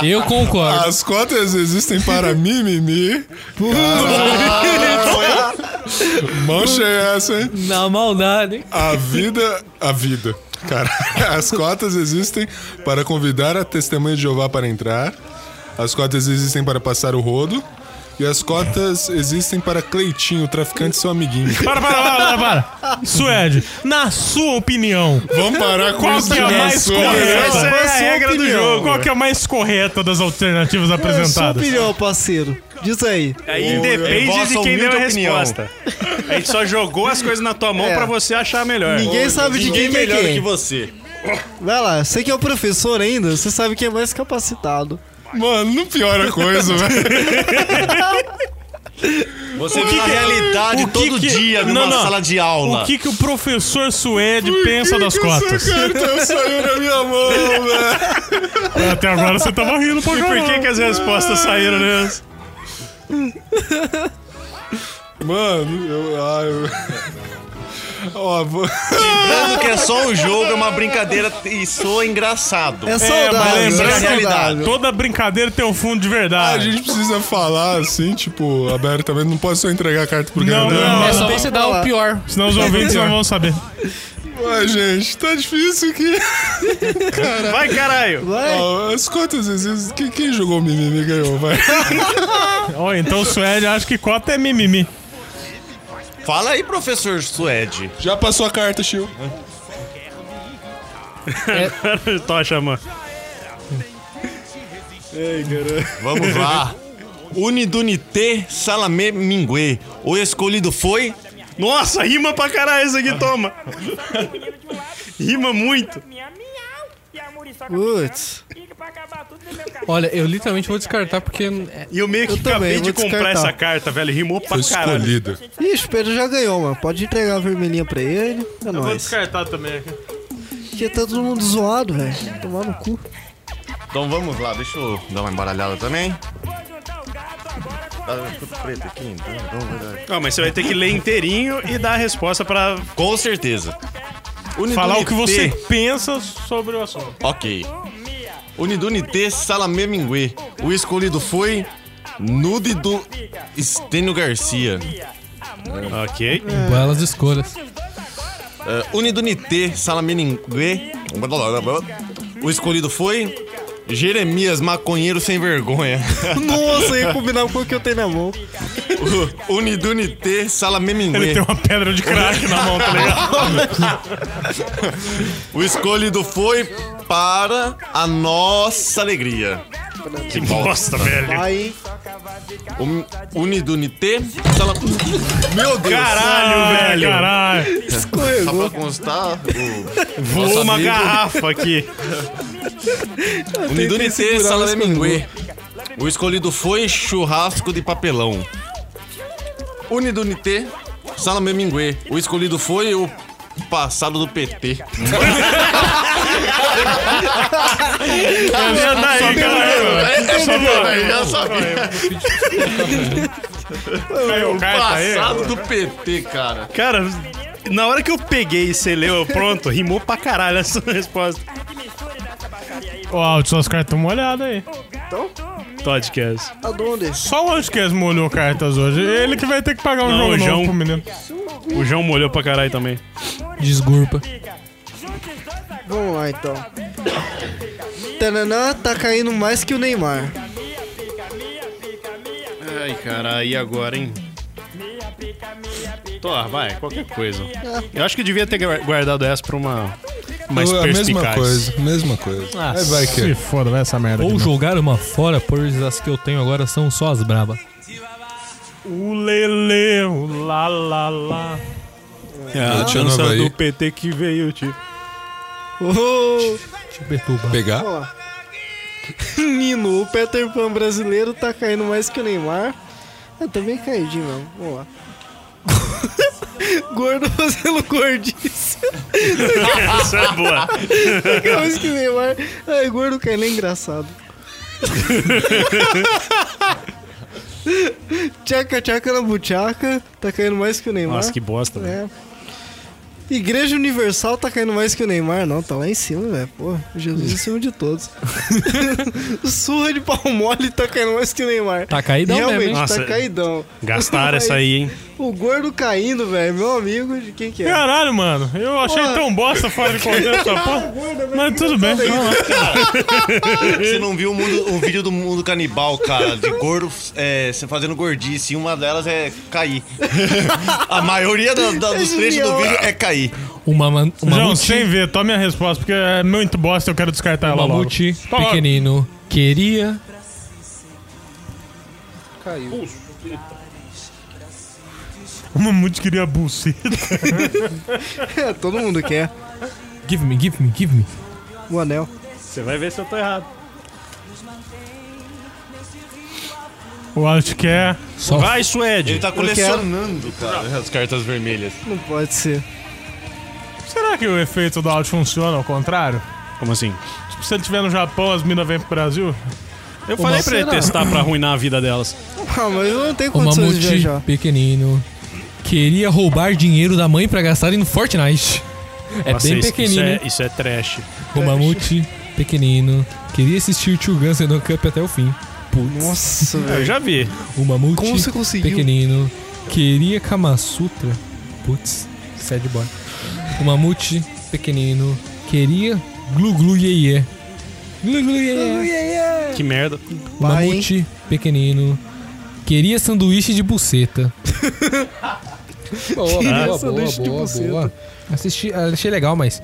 G: Eu concordo.
E: as cotas existem para mimimi. Caralho. Mão cheia é essa, hein?
G: Na maldade, hein?
E: A vida. A vida. Cara, as cotas existem para convidar a testemunha de Jeová para entrar. As cotas existem para passar o rodo. E as cotas existem para Cleitinho, o traficante e seu amiguinho.
A: Para, para, para, para, para. Suede, na sua opinião,
E: Vamos parar com
A: qual
E: isso
A: que é a
E: de
A: mais
E: maçã,
A: correta?
E: né?
F: Essa é a regra do jogo.
A: Qual que é a mais correta das alternativas
D: É sua
A: apresentadas?
D: opinião, parceiro. Diz aí.
F: Aí
H: é
F: depende
H: vossa
F: de quem deu a
H: humilde opinião.
F: resposta. A gente só jogou as coisas na tua mão
D: É.
F: pra você achar a melhor.
D: Ninguém sabe de
H: Ninguém
D: quem que é
H: melhor
D: quem.
H: que você.
D: Vai lá, você que é o professor ainda, você sabe quem é mais capacitado.
E: Mano, não piora a coisa, velho.
H: Você vê a realidade
A: o que
H: todo
A: que-
H: dia
A: Não,
H: numa
A: não.
H: sala de aula.
A: O que, que o professor Suede pensa das cotas?
E: Cartão saiu na minha mão, velho.
A: Até agora você tava rindo pra
F: E por que, que as respostas saíram, né?
E: Mano, eu. ah, eu- Ó, vou...
H: Lembrando que é só um jogo, é uma brincadeira e soa engraçado.
D: É
A: É, mas
D: saudável.
H: lembrando-
D: é saudável.
A: lembrando, toda brincadeira tem um fundo de
E: a
A: verdade.
E: gente precisa falar assim, tipo, abertamente. Não posso só entregar a carta pro
A: Não,
E: Gandalf.
A: não.
G: É só
A: tem
G: você dar o pior.
A: Senão os ouvintes não vão saber.
E: Ué, gente, tá difícil aqui.
F: Vai, caralho!
D: Vai,
E: Ó, as contas vezes. Quem, quem jogou o mimimi ganhou, vai.
A: Ó, então o Suede acha que cota é mimimi.
H: Fala aí, professor Suede.
E: Já passou a carta, Chiu.
F: Tocha, mano.
H: Vamos lá. Unidunité Salame Mingue. O escolhido foi.
F: Nossa, rima pra caralho isso aqui, toma. rima muito.
D: Putz.
G: Olha, eu literalmente vou descartar porque. é,
F: E eu meio que
D: também,
F: acabei
D: vou
F: de comprar
D: descartar.
F: essa carta, velho. Rimou pra
E: Foi
F: caralho.
E: escolhida.
D: Ixi, o Pedro já ganhou, mano. Pode entregar a vermelhinha pra ele. É nóis.
A: descartar também.
D: Porque tá todo mundo zoado, velho. Tomar no cu.
H: Então vamos lá, deixa eu dar uma embaralhada também. Tá tudo preto aqui ainda. Então, vai dar.
F: Não, mas você vai ter que ler inteirinho e dar a resposta pra
H: Com certeza. Unidunité.
A: Falar o que você pensa sobre o assunto.
H: Ok. Unidunité Salamemingue. O escolhido foi Nude do Estênio Garcia.
F: Ok.
G: Belas escolhas.
H: Uh, Unidunité Salamemingue. O escolhido foi Jeremias Maconheiro Sem Vergonha.
D: Nossa, eu ia combinar com o que eu tenho na mão.
H: O Unidunité
A: Ele
H: Salamemingue.
A: tem uma pedra de crack na mão, tá ligado?
H: O escolhido foi para a nossa alegria.
F: Que bosta, velho.
D: Aí,
H: O Unidunité Salam... Meu Deus!
F: Caralho, velho.
A: Caralho.
H: Só Tá pra constar, o
F: Voou
H: nosso
F: uma
H: amigo,
F: garrafa aqui.
H: Unidunité Salamemingue. O escolhido foi churrasco de papelão. Unidunité Salamemingue. O escolhido foi o passado do PT.
F: Já tá aí, caralho.
H: Já sabia.
F: Tá
A: Caiu carta aí.
H: Passado do PT, cara.
F: Cara, na hora que eu peguei e você leu, pronto, rimou pra caralho essa resposta.
A: Ó, Aldo, suas cartas estão molhadas aí.
F: Podcast.
D: aonde?
A: Só o Anticast molhou cartas hoje. Ele que vai ter que pagar um
F: Não,
A: jogo
F: o João.
A: novo pro menino.
F: O João molhou pra caralho também.
G: Desculpa.
D: Vamos lá então. Tananã tá caindo mais que o Neymar.
F: Ai, cara, e agora, hein? Tô, vai, qualquer coisa. Eu acho que eu devia ter gua- guardado essa pra uma mais
E: a
F: perspicaz.
E: mesma coisa, mesma coisa.
G: Ah,
E: Aí vai
A: Se
E: que. é
A: foda, vai essa merda.
G: Ou
A: aqui,
G: jogar uma fora, pois as que eu tenho agora são só as braba.
A: não. O lele, o lá, lá, lá.
F: É, a
E: Eu tinha no
F: dança
E: Havaí.
F: do PT que veio, tipo, tio.
D: Ô,
G: Te perturba.
E: Pegar?
D: Nino, o Peter Pan brasileiro tá caindo mais que o Neymar. Eu também caí de novo. Vamos lá. Gordo fazendo gordice.
F: Essa é boa.
D: Fica mais que o Neymar. Ai, gordo caindo é engraçado. tchaca, tchaca na buchaca. Tá caindo mais que o Neymar.
F: Nossa, que bosta, velho.
D: É. Igreja Universal tá caindo mais que o Neymar, não. Tá lá em cima, velho. Pô, Jesus em cima de todos. Surra de pau mole tá caindo mais que o Neymar.
G: Tá caído mesmo,
D: Realmente,
G: hein?
F: Nossa.
D: tá caidão.
F: Gastaram essa aí, hein?
D: O gordo caindo, velho. Meu amigo, de quem que é?
A: Caralho, mano. Eu achei
D: Porra.
A: tão bosta fora de contexto essa porra. Mas tudo bem.
H: Você não viu o, mundo- o vídeo do mundo canibal, cara, de gordo é, se fazendo gordice, e uma delas é cair. A maioria da- da- dos trechos do vídeo é cair.
G: Uma, man- uma
A: João,
G: muti-
A: sem ver, tome a resposta, porque é muito bosta, eu quero descartar ela logo.
G: Mamute
A: Toma.
G: pequenino queria.
A: O mamute queria a buceta.
D: É, todo mundo quer.
G: Give me, give me, give me.
D: O anel.
F: Você vai ver se eu tô errado.
A: O Alt quer.
G: Só
F: Vai, Suede.
H: Ele tá colecionando, cara, as cartas vermelhas.
D: Não pode ser.
A: Será que o efeito do Alt funciona ao contrário?
F: Como assim?
A: Tipo, se ele estiver no Japão, as minas vêm pro Brasil?
F: Eu falei pra ele
D: será?
F: testar pra arruinar a vida delas.
D: Ah, mas eu não tenho
G: o
D: condições de
G: mamute
D: viajar.
G: pequenino queria roubar dinheiro da mãe pra gastar no Fortnite. É
F: Nossa,
G: bem
F: isso-
G: pequenino. hein?
F: Isso é, isso é trash.
G: O mamute pequenino queria assistir o Tio Gun sendo Cup até o fim. Putz.
D: Nossa,
F: Eu
D: velho.
F: já vi.
G: O mamute
D: Como você conseguiu?
G: pequenino queria Kama Sutra. Putz, sad boy. O mamute pequenino queria Glu Glu Ye Ye. Glu Glu Ye Ye.
F: Que merda.
A: Então
G: O
D: Vai, hein?
G: mamute pequenino queria sanduíche de buceta. boa, boa, boa,
D: sanduíche de
G: boa,
D: buceta.
G: boa. Assisti, achei legal, mas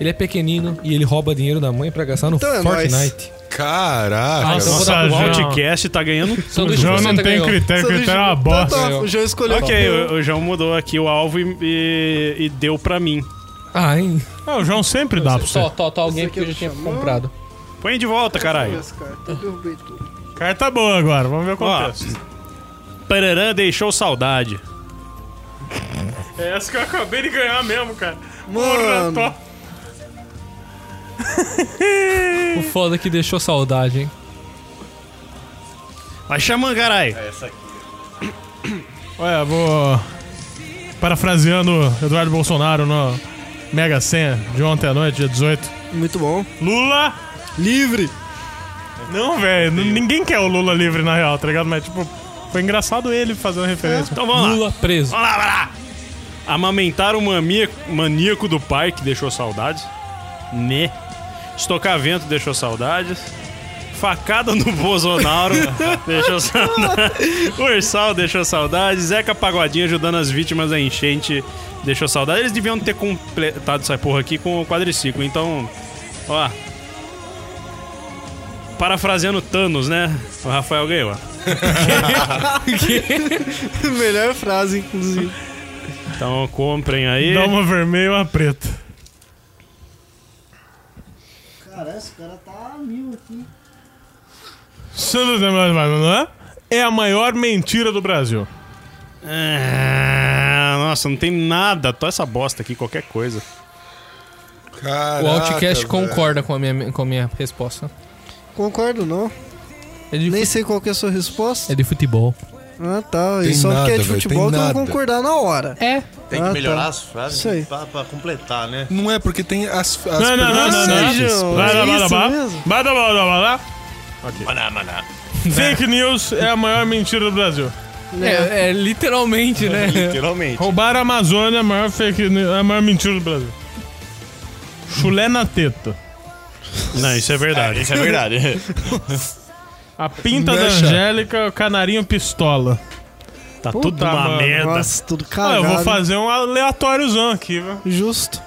G: ele é pequenino e ele rouba dinheiro da mãe pra gastar no
D: Então é nóis.
G: Fortnite.
E: Caraca. nossa.
G: Nossa, vou dar
A: Nossa,
F: O
A: João.
F: Outcast tá ganhando.
A: O
G: Sanduíche de
A: João não
G: buceta
A: tem
G: ganhou.
A: critério,
D: Sanduíche
A: critério é uma
D: de-
A: bosta.
D: Tá, tá, o João escolheu.
F: Ok, o, o João mudou aqui o alvo e, e- e deu pra mim.
G: Ah, hein?
A: Ah, o João sempre dá pra
G: Tó,
A: você.
G: tó, tó, alguém porque eu já tinha comprado.
F: Põe de volta, caralho.
D: As cartas, eu derrubei tudo.
A: Carta é boa agora, vamos ver o
F: Ó.
A: contexto.
F: Pararã deixou saudade.
A: É essa que eu acabei de ganhar mesmo, cara.
D: Mano.
A: Porra,
G: O foda que deixou saudade, hein?
F: Vai chamando, caralho.
A: Olha, vou. Parafraseando Eduardo Bolsonaro no Mega Senha de ontem à noite, dia 18.
D: Muito bom.
A: Lula!
D: Livre!
A: Não, velho, n- ninguém quer o Lula livre na real, tá ligado? Mas, tipo, foi engraçado ele fazendo referência.
F: Então vamos lá.
G: Lula preso.
F: Vamos lá, vamos lá. Amamentar o mamia- maníaco do pai que deixou saudades. Né? Estocar vento deixou saudades. Facada no Bolsonaro deixou saudades. Ursal deixou saudades. Zeca Pagodinho ajudando as vítimas da enchente deixou saudades. Eles deviam ter completado essa porra aqui com o quadriciclo. Então, ó. Parafraseando Thanos, né? O Rafael ganhou.
D: Melhor frase, inclusive.
F: Então comprem aí.
A: Dá uma vermelha e uma preta. Cara, esse cara tá mil aqui. não é? É a maior mentira do Brasil.
F: Ah, Nossa, não tem nada. Tô essa bosta aqui, qualquer coisa.
E: Caraca,
G: O Outcast
E: velho.
G: concorda com a, minha, com a minha resposta.
D: Concordo, não.
G: É de,
D: Nem
G: fu-
D: sei qual que é a sua resposta.
G: é de futebol.
D: Ah, tá.
E: Tem
D: E só porque é
E: nada,
D: de
E: velho,
D: futebol,
E: tem
D: tu
E: nada.
D: vai concordar na hora.
G: É.
H: Tem
D: Ah,
H: que
D: tá.
H: melhorar as frases
D: Isso aí.
H: pra, pra completar, né?
E: Não é porque tem as, as
A: Não, não, não, não, não.
E: personagens, pô.
A: Bada,
D: É
A: bada,
D: isso
A: bada.
D: mesmo?
A: Bada, bada, bada.
H: Maná, maná.
A: Fake news é a maior mentira do Brasil.
G: É, é literalmente, né?
H: Literalmente.
A: Roubar a Amazônia é a maior, fake news, é a maior mentira do Brasil. Chulé na teta.
F: Não, isso é verdade.
H: Isso é verdade.
A: A pinta da
E: Mexa.
A: Angélica, o canarinho pistola.
H: é-
F: Tá
A: Puta,
F: tudo uma
A: mano.
F: merda.
D: Nossa, tudo
A: Ah,
D: cagado.
A: eu vou fazer um aleatóriozão aqui, velho.
D: Justo.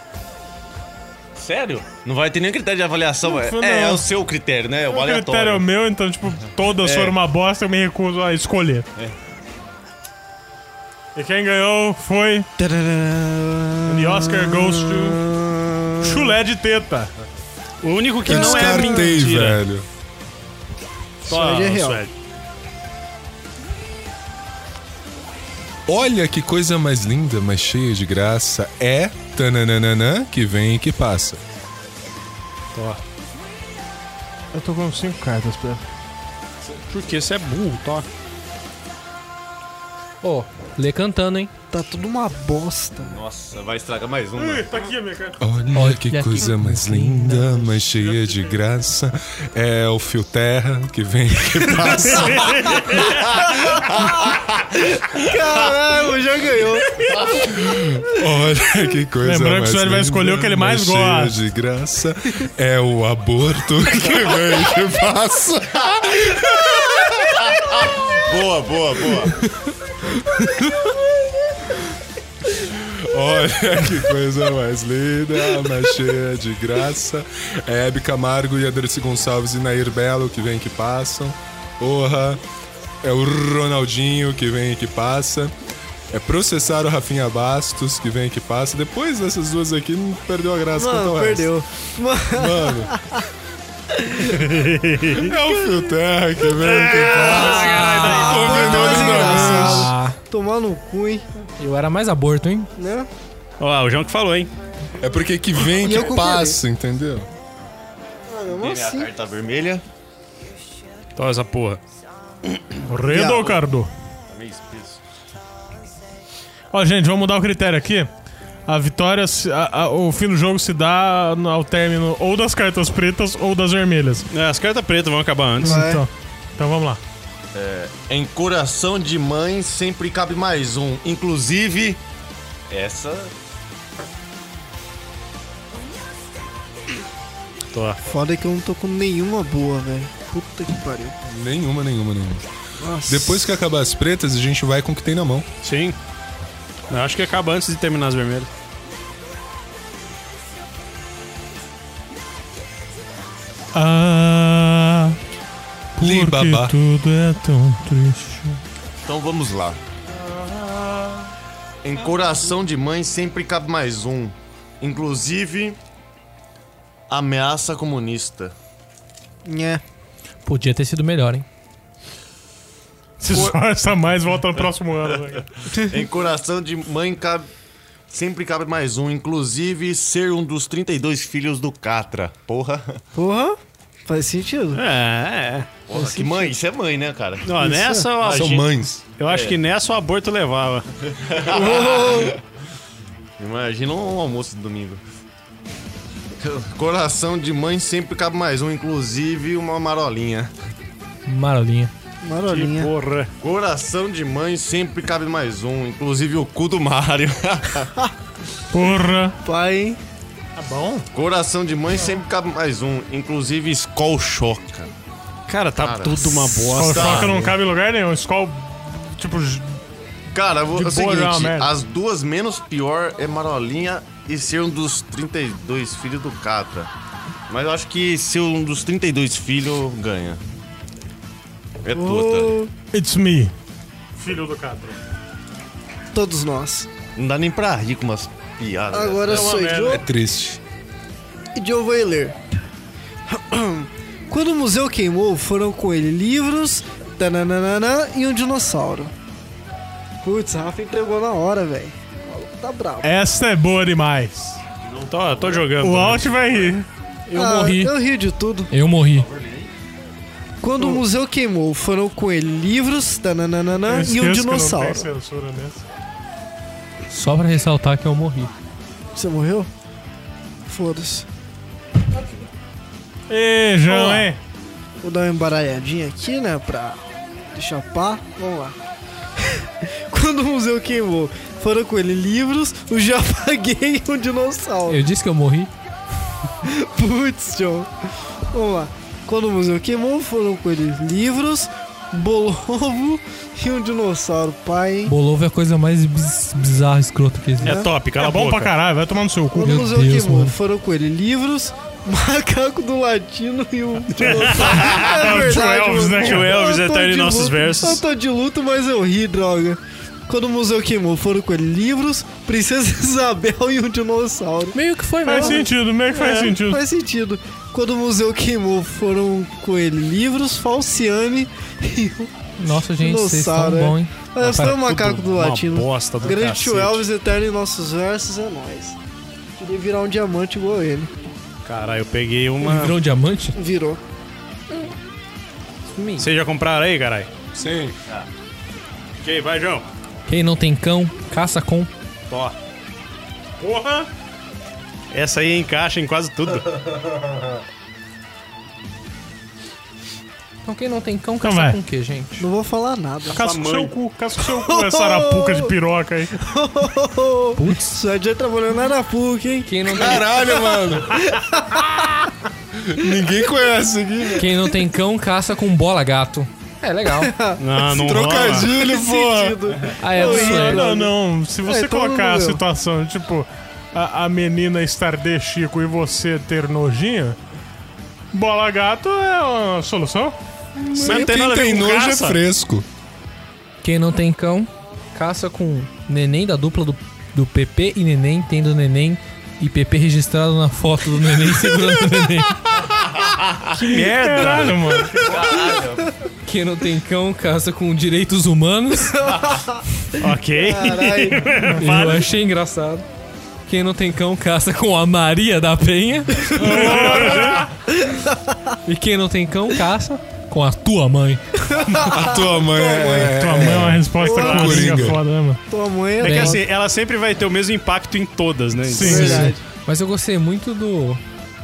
H: Sério? Não vai ter nenhum critério de avaliação, é,
A: não.
H: é, é o seu critério, né? O
A: O critério é
H: aleatório.
A: meu, então, tipo, todas
H: É.
A: foram uma bosta, eu me recuso a escolher. E quem ganhou foi. The Oscar goes to. Chulé de teta.
F: O único que
E: Eu
F: não é
E: descartei,
F: mentira.
E: velho.
F: Só,
D: Suede é real.
F: Suede.
E: Olha que coisa mais linda, mas cheia de graça. É tananana que vem e que passa.
A: Eu tô com cinco cartas, Pedro.
F: Porque você é burro, tá?
G: Ó, lê cantando, hein?
D: Tá tudo uma bosta.
H: Nossa, vai estragar mais uma.
A: Tá aqui a minha carta.
E: Olha,
G: Olha
E: que,
G: que
E: coisa mais linda, mas cheia de graça. É o fio terra que vem e que passa.
D: Caralho, já ganhou.
E: Olha que coisa
A: Lembrando que o
E: mais
A: senhor vai
E: linda,
A: escolher o que ele mais
E: mas cheia
A: gosta.
E: de graça. É o aborto que vem e que passa.
H: Boa, boa, boa.
E: Olha que coisa mais linda, mas cheia de graça. É Hebe Camargo e Adrice Gonçalves e Nair Belo que vem e que passam. Porra. É o Ronaldinho que vem e que passa. É processar o Rafinha Bastos que vem e que passa. Depois dessas duas aqui, não perdeu a graça quanto ao
D: Mano,
E: resto.
D: perdeu.
E: Mano. é o Fio Terra que vem e que passa. Combinou
D: Mas
E: de novo.
D: engraçado.
G: Ah,
D: Tomar no cu, hein?
G: eu era mais aborto, hein?
D: Né?
F: Ó, o João que falou, hein?
E: É porque que vem
D: E eu
E: que
D: concordei.
E: passa, entendeu?
D: Como
H: Ele é a
D: assim?
H: carta vermelha.
F: Então essa porra.
A: Redo ou cardo?
H: Tá meio espesso.
A: Ó, gente, vamos mudar o critério aqui. A vitória, se- a- a- o fim do jogo se dá no- ao término ou das cartas pretas ou das vermelhas.
F: É, As cartas pretas vão acabar antes.
D: Vai.
A: Então, então vamos lá.
H: Em coração de mãe sempre cabe mais um. Inclusive. Essa.
D: Foda é que eu não tô com nenhuma boa, velho. Puta que pariu.
E: Nenhuma, nenhuma, nenhuma.
D: Nossa.
E: Depois que acabar as pretas, a gente vai com o que tem na mão.
F: Sim. Eu acho que acaba antes de terminar as vermelhas.
A: Ah,
E: Li babá.
A: porque tudo é tão triste.
H: Então vamos lá. Em coração de mãe sempre cabe mais um. Inclusive. Ameaça comunista.
D: É.
G: Podia ter sido melhor, hein?
A: Se esforça mais, volta no próximo ano. né? velho.
H: Em coração de mãe cabe. Sempre cabe mais um, inclusive ser um dos 32 filhos do Catra. Porra.
D: Porra. Faz sentido.
F: É, é.
H: Porra, que mãe, isso é mãe, né, cara?
F: Não, nessa eu acho.
E: São mães.
F: Eu acho
H: É.
F: que nessa o aborto levava.
H: Imagina um almoço de domingo. Coração de mãe sempre cabe mais um, inclusive uma marolinha.
G: Marolinha.
D: Marolinha.
F: Porra.
H: Coração de mãe sempre cabe mais um, inclusive o cu do Mario.
A: Porra.
D: Pai, hein?
H: Coração de mãe sempre cabe mais um, inclusive Skol Choca.
F: Cara, tá
H: Cara,
F: tudo uma bosta.
A: Choca não cabe em lugar nenhum. Skol, tipo, j-
H: Cara, vou- é
A: boa
H: o
A: já é uma
H: seguinte,
A: merda.
H: as duas menos pior é Marolinha e ser um dos 32 filhos do Catra. Mas eu acho que ser um dos 32 filhos ganha. É tudo.
A: it's me. Filho do Catra.
D: Todos nós.
H: Não dá nem pra rir com umas piadas.
D: Agora sou eu.
E: É triste.
D: e Joe vai ler. Quando o museu queimou, foram com ele livros, tananana, e um dinossauro. Putz, a Rafa entregou na hora, velho. Tá bravo.
A: Esta é boa demais.
F: Tô, tô jogando.
A: O Alt vai rir.
D: eu
G: morri.
D: Ah, Eu ri de tudo.
G: Eu morri.
D: Quando o museu queimou, foram com ele livros,
A: Eu
D: tananana, e
A: esqueço
D: um
A: que não tem
D: dinossauro.
A: censura nessa.
G: Só pra ressaltar que eu morri.
D: Você morreu? Foda-se.
A: Ê, João, hein?
D: Vou dar uma embaralhadinha aqui, né? Pra deixar pá. Vamos lá. Quando o museu queimou, foram com ele livros, o Japaguei e um dinossauro.
G: Eu disse que eu morri?
D: Putz, John. Vamos lá. Quando o museu queimou, foram com ele livros, bolovo e um dinossauro. Pai, hein?
G: Bolovo é a coisa mais biz- bizarra, escrota que existe.
F: É top, cala
A: É
F: a
A: bom
F: boca.
A: pra caralho, vai tomar no seu cu.
D: Quando o
G: Meu
D: museu
G: Deus,
D: queimou,
G: mano.
D: foram com ele livros, macaco do latino e um dinossauro.
A: É o
D: é verdade,
A: Joelvis,
D: mano.
A: né?
F: Tio Elvis
D: Eu tô
F: tá
D: de
F: em nossos
D: luto, Eu
F: versos.
D: tô de luto, mas eu ri, droga. Quando o museu queimou, foram com ele livros, Princesa Isabel e um dinossauro.
G: Meio que foi né?
A: Faz
G: mesmo.
A: sentido, meio que faz sentido.
D: Faz sentido. Quando o museu queimou, foram com ele livros, Falciane e um
G: Nossa, gente, vocês estão
D: Dinossauro, é.
G: bom, hein?
D: Mas
G: Rapaz,
D: foi o macaco do
F: Uma
D: latino.
F: bosta do
D: Grande
F: cacete.
D: tio Elvis, eterno em nossos versos, é nóis. Queria virar um diamante igual ele.
F: Caralho, eu peguei
G: Ele
F: uma.
G: virou um diamante?
D: Virou.
F: Vocês já compraram aí, caralho?
E: Sim.
F: Ok, vai, João.
G: Quem não tem cão, caça com.
F: Ó. Porra! Essa aí encaixa em quase tudo.
G: Então quem não tem cão,
A: Então
G: caça
A: vai.
G: com o quê, gente?
D: Não vou falar nada.
A: Casca o seu cu, casca o seu cu, essa arapuca de piroca aí.
G: Putz.
D: Só dia trabalhando na Arapuca, hein?
G: Quem não, tem,
E: Caralho, mano. Ninguém conhece aqui, velho.
G: quem não tem cão, caça com bola gato. É legal.
F: Ah, Não, não rola.
E: Trocadilho, porra.
D: Sentido.
G: Ah, é do
A: Não,
G: sueco.
A: não, não. Se você
D: É, todo
A: colocar a
D: mundo viu.
A: situação, tipo, a, a menina estar de Chico e você ter nojinho, bola gato é uma solução?
F: Mas não tem nada
E: Quem
F: a ver
E: tem
F: com
E: nojo é
F: caça.
E: fresco.
G: Quem não tem cão, caça com neném da dupla do, do PP e neném, tendo neném e PP registrado na foto do neném segurando o neném.
F: Merda!
A: Caralho, mano.
G: Quem não tem cão, caça com direitos humanos.
A: É.
F: ok. É.
D: Caralho.
G: Eu achei engraçado. Quem não tem cão, caça com a Maria da Penha. e quem não tem cão, caça com a tua mãe.
E: A tua mãe é...
A: Tua mãe é uma resposta
E: Porra.
A: clássica
E: Coringa.
A: foda, né, mano?
D: Tua mãe é
F: É que
G: Bem,
F: assim, ela sempre vai ter o mesmo impacto em todas, né?
A: Sim.
D: verdade.
G: Mas eu gostei muito do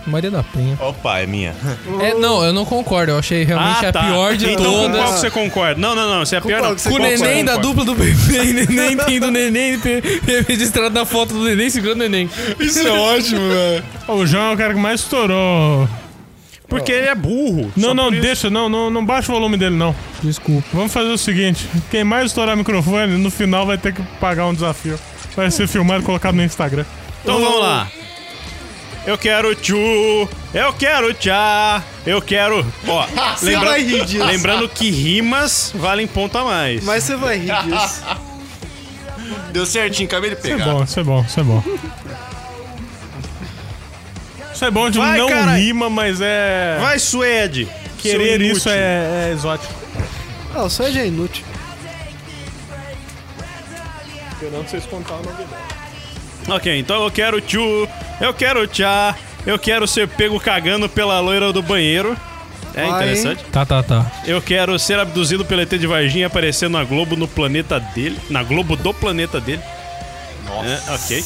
G: Maria da Penha.
H: Opa, é minha.
G: É, não, eu não concordo. Eu achei realmente é
F: Ah, tá.
G: a pior de
F: então, com
G: todas.
F: qual que você concorda? Não, não, não. Você é a pior,
D: qual
F: não.
D: que você
G: Com o
F: Qual que você
G: neném da
F: concorda?
G: dupla do bebê e neném tem do neném pe- registrado na foto do neném segurando o neném.
E: Isso é ótimo, velho.
A: O João é o cara que mais estourou.
F: Porque ele é burro.
A: Não,
F: Só
A: não,
F: por isso.
A: deixa, não, não, não baixa o volume dele, não.
G: Desculpa.
A: Vamos fazer o seguinte: quem mais estourar microfone, no final vai ter que pagar um desafio. Vai ser filmado e colocado no Instagram.
F: Então vamos lá. Eu quero tchu, eu quero tchá, eu quero. Ó, lembra-
D: vai rir disso.
F: lembrando que rimas valem ponto a mais.
D: Mas você vai rir disso.
H: Deu certinho, acabei de
A: Isso é
H: pegar.
A: bom, isso é bom, isso é bom. Isso é bom de
F: Vai,
A: não
F: caralho.
A: rima, mas é.
F: Vai, Suede!
A: Querer
F: seu inútil.
A: isso é, é exótico.
D: Ah, o Sérgio é inútil.
F: Ok, então eu quero tchu, eu quero tchá, eu quero ser pego cagando pela loira do banheiro. É
D: Vai,
F: interessante.
G: Tá, tá, tá.
F: Eu quero ser abduzido pelo ET de Varginha e aparecer na Globo no planeta dele. Na Globo do planeta dele. Nossa. ok.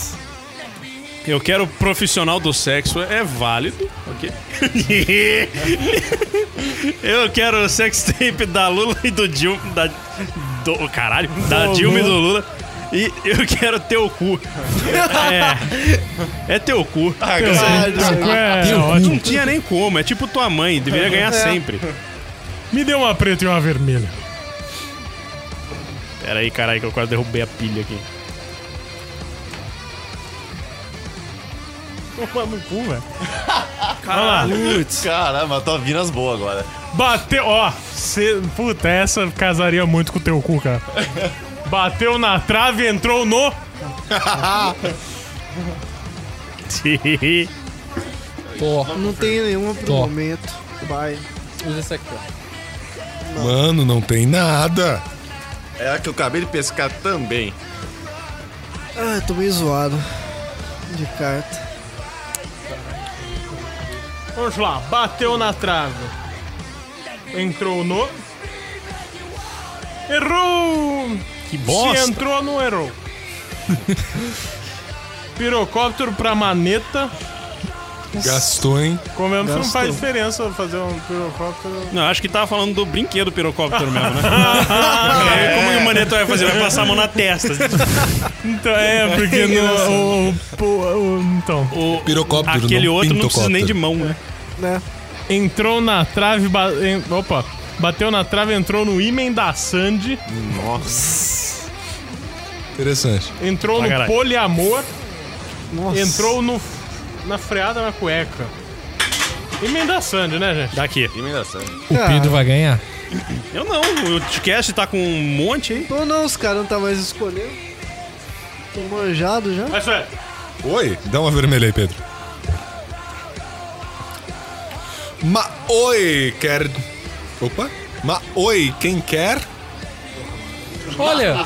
F: Eu quero profissional do sexo. É válido. Ok. Eu quero sex tape da Lula e do Dilma. Da, do, caralho. Da Dilma e do Lula. E eu quero teu cu. É. É teu cu.
H: Ah,
A: É, ó,
F: Não tinha nem como. É tipo tua mãe. Deveria ganhar sempre.
A: me deu uma preta e uma vermelha.
F: Pera aí, caralho, que eu quase derrubei a pilha aqui.
A: Toma no cu, velho.
H: Caramba, tô vindo as boas agora.
A: Bateu, ó. cê- puta, essa casaria muito com o teu cu, cara. Bateu na trave, entrou no.
G: Tô,
D: Não tem nenhuma pro
G: Tô.
D: momento. Vai.
G: usa essa aqui, ó.
E: Mano, não tem nada.
H: É a que eu acabei de pescar também.
D: Ah, eu tô meio zoado. De carta.
A: Vamos lá, bateu na trave. Entrou no. Errou! Que bosta! Se entrou, não errou. Pirocóptero pra maneta.
E: Gastou, hein?
A: Como eu não
D: Gastou.
A: faz diferença fazer um pirocóptero.
F: Não, acho que tava falando do brinquedo pirocóptero mesmo, né? É, como que o maneto vai fazer? Vai passar a mão na testa.
A: Então, é, porque no. o- o- o- então.
F: O,
E: Pirocóptero,
F: aquele
E: não
F: outro não precisa nem de
E: pintocóptero.
F: mão, né?
D: Né?
A: Entrou na trave. ba- en- Opa! Bateu na trave, entrou no imen da Sandy.
E: Interessante.
A: Entrou
F: Pra
A: no
F: caralho.
A: poliamor.
D: Nossa.
A: Entrou no. Na freada na cueca. Imen da Sandy, né, gente?
F: Daqui.
G: O Pedro vai ganhar?
F: Eu não, o podcast tá com um monte aí.
D: Não, não, os caras não tá mais escolhendo. Tô manjado já.
A: Mas, é,
E: Oi, dá uma vermelha aí, Pedro. Ma oi, quer. Opa! Ma oi, quem quer?
G: Olha,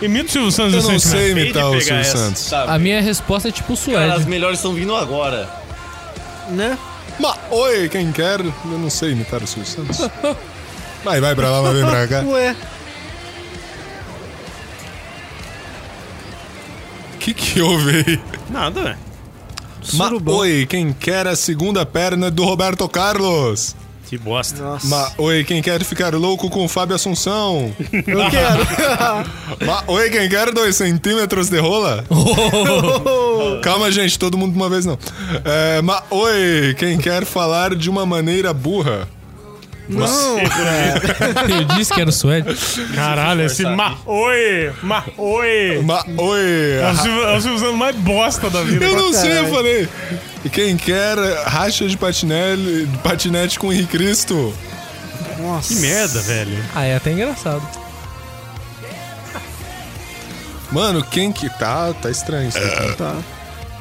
A: imita o Silvio Santos
E: Eu não
A: assim,
E: sei
A: né?
E: imitar
F: de
E: o
F: pegar
E: Silvio
F: essa.
E: Santos.
G: a minha resposta é tipo
H: As
G: suede.
H: melhores estão vindo agora.
D: Né?
E: Ma oi, quem quer? Eu não sei imitar o Silvio Santos. Vai, vai pra lá, vai vem pra cá.
D: Ué.
E: O que que houve aí?
F: Nada, né?
E: Ma
D: Surubão.
E: oi, quem quer a segunda perna do Roberto Carlos?
F: Que bosta.
D: Nossa.
E: Ma oi, quem quer ficar louco com o Fábio Assunção?
D: Eu quero.
E: Ma oi, quem quer dois centímetros de rola? Calma, gente, todo mundo de uma vez não. É, ma oi, quem quer falar de uma maneira burra?
D: não.
G: Eu disse que era suede.
A: Caralho, esse ma oi, ma oi.
E: Ma oi,
A: É o Silvio é o Silvio Santos mais bosta da vida.
E: Eu não sei, eu
D: caralho.
E: falei. E quem quer racha de patinete, patinete com o Henrique Cristo?
D: Nossa.
F: Que merda, velho.
G: Ah, é até engraçado.
E: Mano, quem que. Tá, tá estranho isso. aqui.
D: Tá.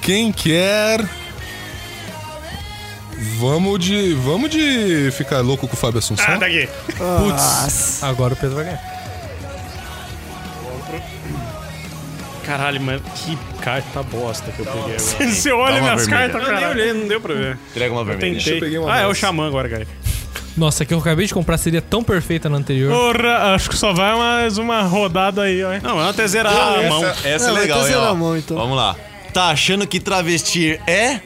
E: Quem quer. Vamos de. Vamos de ficar louco com o Fábio Assunção?
F: Ah, daqui.
G: Agora o Pedro vai ganhar.
F: Caralho, mano, que carta bosta que eu peguei agora.
A: Você olha minhas
H: vermelha.
A: cartas,
F: Eu nem
A: caralho.
F: olhei, não deu pra ver.
H: Entrega uma vermelha.
F: Tentei.
E: peguei uma
F: Ah, é o
E: dessa.
F: Xamã agora, cara.
G: Nossa, a que eu acabei de comprar seria tão perfeita na anterior.
A: Porra, acho que só vai mais uma rodada aí, ó. hein?
F: Não, é eu até zerar a mão.
H: Essa, essa é
D: Ah, vai
H: legal,
D: ter
H: hein,
D: zero
H: ó.
D: na mão, então.
H: Vamos lá. Tá achando que travestir é?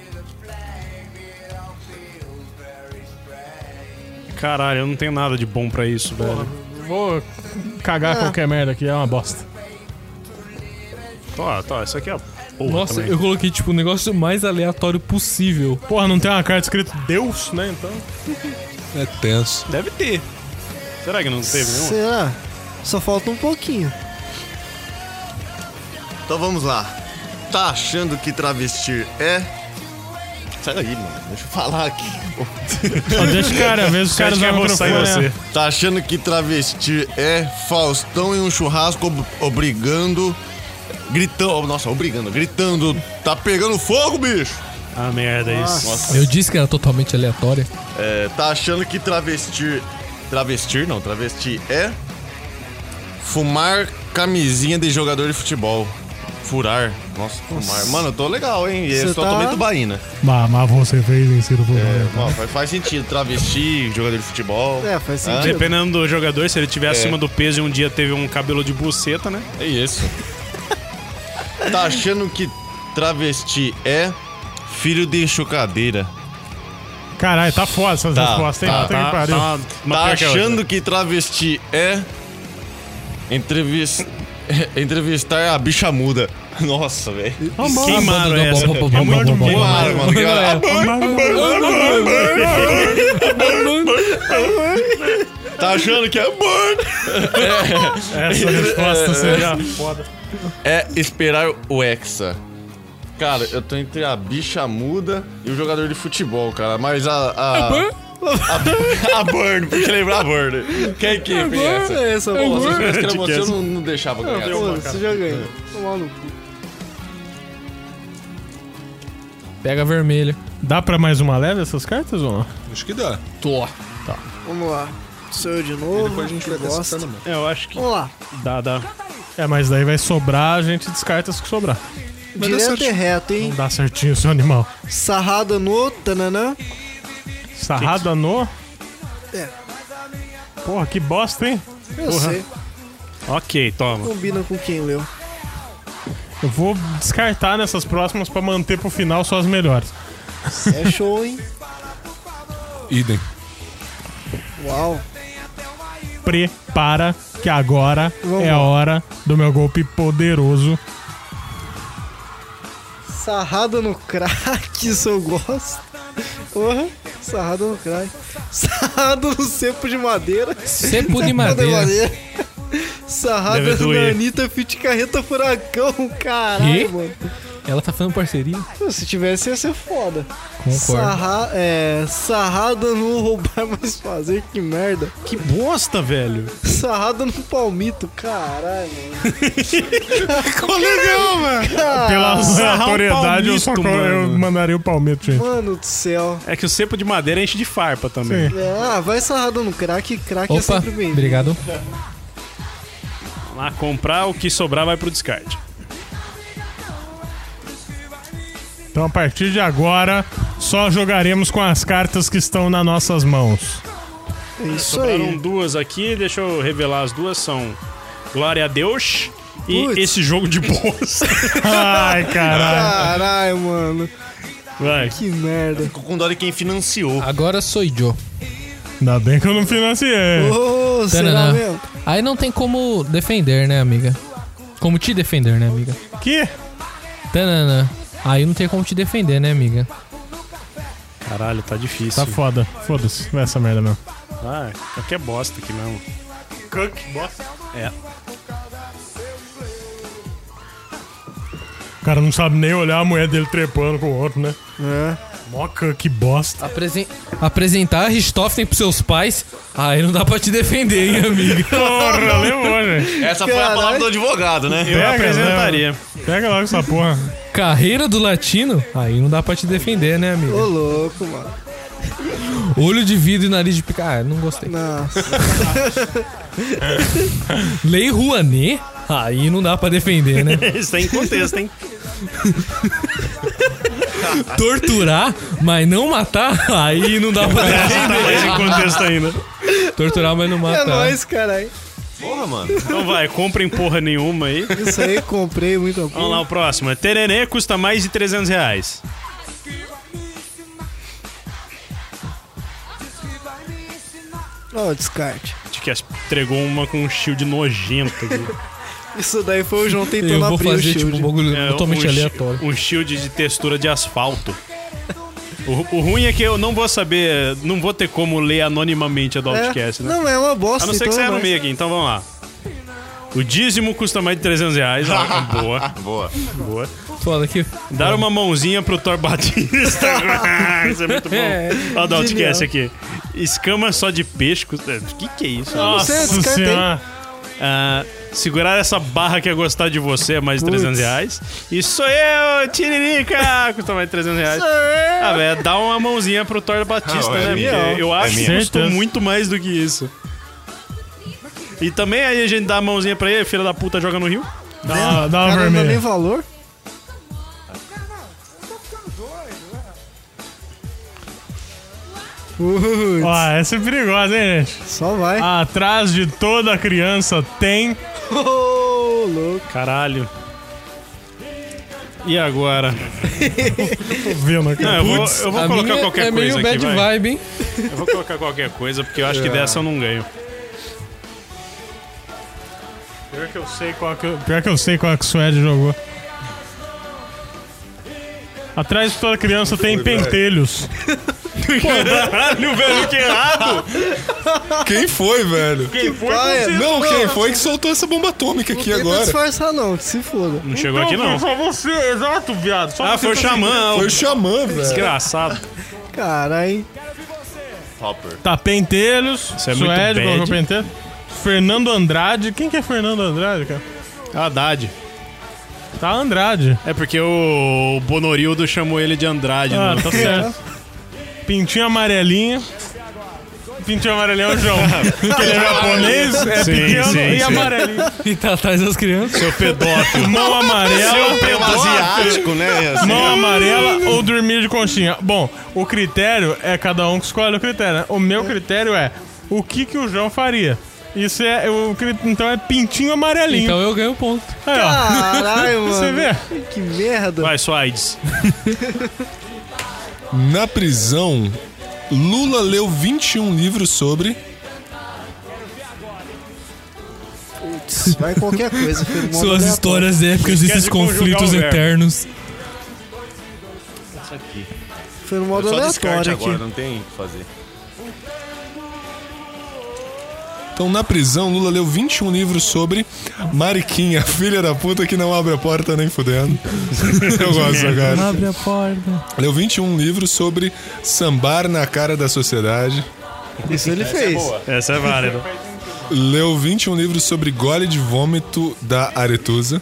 F: Caralho, eu não tenho nada de bom pra isso, velho.
A: Vou cagar qualquer merda aqui, é uma bosta.
F: Ó, tá, isso aqui é porra
G: Nossa,
F: também.
G: eu coloquei tipo o negócio mais aleatório possível.
A: Porra, não tem uma carta escrita Deus, né? Então.
E: É tenso.
F: Deve ter. Será que não teve nenhuma?
D: Será? Só falta um pouquinho.
H: Então vamos lá. Tá achando que travestir é? Sai daí, mano. Deixa eu falar aqui.
A: Ó, deixa o cara, às vezes os caras
F: Acho que
A: vão
F: eu vou sair
A: microfone. né?
H: Tá achando que travestir é Faustão em um churrasco ob- obrigando. Gritando. Nossa, obrigando, gritando. Tá pegando fogo, bicho!
F: Ah, merda, isso.
G: Eu disse que era totalmente aleatória.
H: É, tá achando que travestir. Travestir não, travesti é. Fumar camisinha de jogador de futebol. Furar. Nossa, fumar. Mano, eu tô legal, hein?
D: Você
H: Eu só
D: tá- Uhum.
H: tomei tubaína.
A: Mas, mas você fez vencido por
H: É,
A: é.
H: ó, faz, faz sentido. Travesti, jogador de futebol.
D: É, faz
H: Ah,
D: sentido.
F: Dependendo do jogador, se ele tiver acima do peso e um dia teve um cabelo de buceta, né?
H: É isso. tá achando que travesti é filho de chocadeira?
A: Caralho, tá foda essas
H: Tá,
A: respostas, hein?
H: tá,
A: Puta que pariu.
H: Tá
F: pior que a outra.
H: achando que travesti é entrevis- entrevistar a bicha muda? Nossa, velho.
F: Queimaram essa.
G: É
F: muito bom.
H: Claro, mano. que- Tá achando que é burn?
A: Essa resposta seria foda.
H: É esperar o Hexa. Cara, eu tô entre a bicha muda e o jogador de futebol, cara. Mas a. A, a, a Burn, porque lembrar a Burn. Quem que é essa?
D: É essa,
G: É
D: bola.
H: Se eu tivesse que era
F: De que
H: você, eu
F: essa?
H: não, não deixava ganhar.
D: Pô, você já ganhou. Tomar no cu.
G: Pega vermelha.
A: Dá pra mais uma leve essas cartas ou não?
E: Acho que dá.
D: Vamos lá. Sou eu de novo.
E: Depois a gente
D: que
E: vai
D: gosta.
E: testando, mano.
F: É, Eu acho que
D: Vamos lá.
F: dá, dá.
A: É, mas daí vai sobrar, a gente descarta as que sobrar.
E: Mas deu
D: Direto
E: certo.
D: e reto, hein?
A: Não dá certinho, seu animal.
D: Sarrada no tananã.
A: Sarrada no.
D: É.
A: Porra, que bosta, hein?
D: Eu sei.
F: Ok, toma.
D: Combina com quem leu.
A: Eu vou descartar nessas próximas pra manter pro final só as melhores.
D: É show, hein?
E: Idem.
D: Uau.
A: Prepara que agora
D: Vamos
A: é a
D: lá.
A: hora do meu golpe poderoso.
D: Sarrada no crack, isso eu gosto. Porra. Sarrada no crack. Sarrado no cepo de madeira.
G: Cepo é de
D: Sarrada
G: madeira.
D: Sarrada
F: Deve
D: na
F: doer.
D: Anitta Fit Carreta Furacão. Caralho,
G: Quê?
D: mano.
G: Ela tá fazendo parceria?
D: Pô, Se tivesse, ia ser foda.
G: Concordo.
D: Sarra, é, sarrada no roubar mais fazer, que merda.
F: Que bosta, velho.
D: Sarrada no palmito, caralho.
E: legal, mano.
A: Pela né?
F: sarrar um
A: autoridade, eu, só co-
F: palmito,
A: eu
F: mano.
A: mandaria o palmito, gente.
D: Mano do céu.
F: É que o cepo de madeira enche de farpa também.
A: Sim.
D: É, ah, vai sarrada no crack, crack é
G: Opa,
D: sempre bem.
G: obrigado.
F: Lá comprar, o que sobrar vai pro descarte.
A: Então, a partir de agora, só jogaremos com as cartas que estão nas nossas mãos.
D: É isso
F: Sobraram
D: aí.
F: duas aqui, deixa eu revelar as duas, são Glória a Deus e
D: Putz.
F: esse jogo de bolsa.
A: Ai, caralho.
D: Caralho, mano.
F: Vai.
D: Que merda.
H: Ficou com dó de quem financiou.
G: Agora sou eu.
A: Ainda bem que eu não
G: Tá
A: financiei.
D: Ô, será
G: Tananã.
D: mesmo?
G: Aí não tem como defender, né, amiga? Como te defender, né, amiga?
A: Que?
G: Tanana. Aí não tem como te defender, né, amiga?
F: Caralho, tá difícil.
A: Tá foda. Foda-se. Vai essa merda mesmo.
F: Ah, aqui é bosta aqui mesmo. Cook, bosta. É.
A: O cara não sabe nem olhar a mulher dele trepando com o outro, né? É. Moca, que bosta.
G: Apresen- Apresentar a Richthofen pros seus pais, aí não dá pra te defender, hein, amiga?
A: Porra, levou, gente.
H: Essa foi a
D: Caralho.
H: palavra do advogado, né?
F: Eu
A: Pega,
F: apresentaria.
A: Pega logo essa porra.
G: Carreira do latino, aí não dá pra te defender, né,
D: Ô,
G: amiga?
D: louco, mano.
G: Olho de vidro e nariz de picar. Ah, não gostei.
D: Nossa.
G: Lei Rouanet, aí não dá pra defender, né?
F: Isso tá em contexto, hein?
G: Torturar, mas não matar, aí não dá pra
F: Tá
G: defender.
F: mais em contexto ainda.
G: Torturar, mas não
D: É
G: matar.
D: nóis, caralho.
H: Porra, mano.
F: Então vai, comprem porra nenhuma aí.
D: Isso aí, comprei muito a
F: Vamos lá, o próximo. Tererê custa mais de 300 reais.
D: Ó, descarte.
F: Acho que entregou uma com um shield nojento. aqui.
D: Isso daí foi o João
G: Eu
D: tentando
G: vou
D: abrir então o
G: fazer, tipo,
D: shield.
G: um bagulho
F: É,
G: totalmente
F: um shi-
G: aleatório.
F: Um shield de textura de asfalto. O, o ruim é que eu não vou saber, não vou ter como ler anonimamente a do Outcast,
D: é.
F: né?
D: Não, é uma bosta.
F: A não ser
D: então
F: que você
D: é
F: era no
D: nóis.
F: meio aqui, então vamos lá. O dízimo custa mais de 300 reais. Ah, boa,
H: Boa.
F: boa.
G: Foda aqui.
F: Dar uma mãozinha pro Thor Batista. isso é muito bom.
G: É,
F: Olha o do Outcast
D: genial.
F: aqui. Escama só de peixe. custa- Que que é isso?
D: sei,
A: Nossa
D: descartei.
A: senhora.
F: Ah, segurar essa barra que é gostar de você é mais de 300 reais. E sou eu, Tiririca! Custa mais de 300 reais. Ah, velho, dá uma mãozinha pro Thor Batista,
H: Ah, é
F: né?
H: minha.
F: Porque eu
H: É
F: acho que
A: minha.
F: custou
A: Certeza.
F: muito mais do que isso. E também aí a gente dá a mãozinha pra ele, filha da puta joga no rio.
A: Dá, dá uma
D: Cara, não dá nem
A: vermelha.
D: valor. Ui,
A: Ó, Ah. essa é perigosa, hein, gente?
D: só vai.
A: Atrás de toda criança tem.
D: Ô, louco.
F: Caralho. E agora?
A: Tô vendo aqui.
F: Não, eu vou, eu vou
G: A
F: colocar
G: minha
F: qualquer
G: é meio
F: coisa aqui, vai.
G: bad vibe, É. hein?
F: Eu vou colocar qualquer coisa, porque eu acho que dessa eu não ganho.
A: Pior que eu sei qual que, eu- pior que, eu sei qual é que o Suede jogou. Atrás de toda criança tem pentelhos.
F: Caralho, velho, que errado!
E: Quem foi, velho?
A: Quem foi
D: Vai,
A: você?
E: Não, quem foi que soltou essa bomba atômica aqui
D: Tenta
E: agora?
D: disfarçar não, que se foda.
F: Não chegou
A: Então
F: aqui, não.
A: Foi só você, exato, viado. Só
F: Ah,
A: você
F: foi o
A: tá
F: Xamã.
E: Foi o Xamã, velho.
F: Desgraçado.
D: Caralho.
H: Hopper.
A: Tá, Pentelhos.
F: é muito
A: Suede
F: bad.
A: colocou Pentelhos. Fernando Andrade. Quem que é Fernando Andrade, cara?
F: Haddad.
A: Tá Andrade.
F: É porque o Bonorildo chamou ele de Andrade. né?
A: Ah,
F: não.
A: tá certo. Pintinho amarelinho. Pintinho amarelinho é o João. Porque ele é japonês, é
F: Sim,
A: pequeno
F: sim,
A: e
F: sim.
A: amarelinho.
G: E tá atrás das crianças.
F: Seu pedófilo.
A: Mão amarela,
H: É um asiático, né? Assim,
A: mão amarela ou dormir de conchinha. Bom, o critério é cada um que escolhe o critério. né? O meu critério é o que, que o João faria. Isso é. O, cri- então é pintinho amarelinho.
G: Então eu ganho ponto.
A: Aí, ó.
D: Caralho, tá, mano.
A: Você vê?
D: Que merda.
F: Vai, Swides.
E: Na prisão, Lula leu 21 livros sobre.
D: Vai qualquer coisa, filho. Mó
G: Suas
D: aleatório.
G: histórias épicas, esses
F: de conjugar
G: conflitos
F: o verbo.
G: eternos.
D: Foi no modo
H: Só descarte
D: aleatório aqui.
H: agora, não tem o que fazer.
E: Então, na prisão, Lula leu 21 livros sobre Mariquinha, filha da puta que não abre a porta nem fudendo. Eu gosto, cara.
G: Abre a porta.
E: Leu 21 livros sobre sambar na cara da sociedade.
D: Isso ele fez.
F: Essa é válida.
E: Leu 21 livros sobre gole de vômito da Aretusa.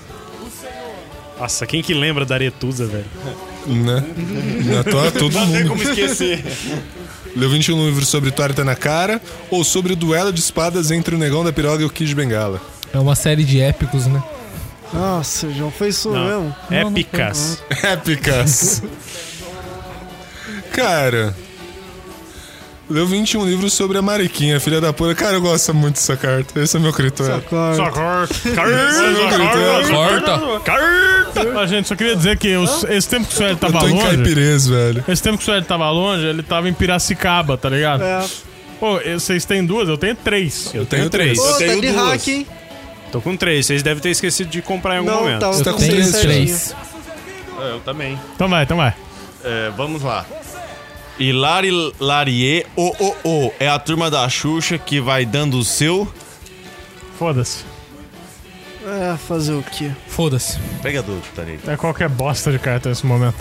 F: Nossa, quem que lembra da Aretusa, velho?
E: Né? Na toa, todo mundo.
H: Como esquecer?
E: Leu 21 livros sobre Torta na Cara ou sobre o duelo de espadas entre o Negão da Piroga e o Kid Bengala.
G: É uma série de épicos, né?
D: Nossa, João, foi isso
F: Não.
D: mesmo.
F: Épicas.
E: Épicas. Cara. Leu 21 livros sobre a Mariquinha, filha da puta. Cara, eu gosto muito dessa carta. Esse é meu critério. é
D: Socorro.
A: é
E: Carta.
G: Corta.
A: Ah, gente, só queria dizer que os- esse tempo que o Sueli
E: Eu
A: tava
E: tô em
A: longe.
E: caipirês, velho.
A: Esse tempo que o Sueli tava longe, ele tava em Piracicaba, tá ligado?
D: É.
A: Pô, e- vocês têm duas, eu tenho três.
F: Eu tenho três.
D: Pô, tá
H: tenho
D: de
H: duas.
D: hack, hein?
F: Tô com três. Vocês devem ter esquecido de comprar em algum
D: Não,
F: momento.
D: tá,
G: Eu
D: tá com
G: tenho
D: seis certinho.
G: três.
H: É, Eu também.
A: Então vai, então vai.
H: É, vamos lá. Hilari Larier, o o o, é a turma da Xuxa que vai dando o seu.
A: Foda-se.
D: É, fazer o quê?
G: Foda-se.
H: Pega do Tarei.
A: É qualquer bosta de carta nesse momento.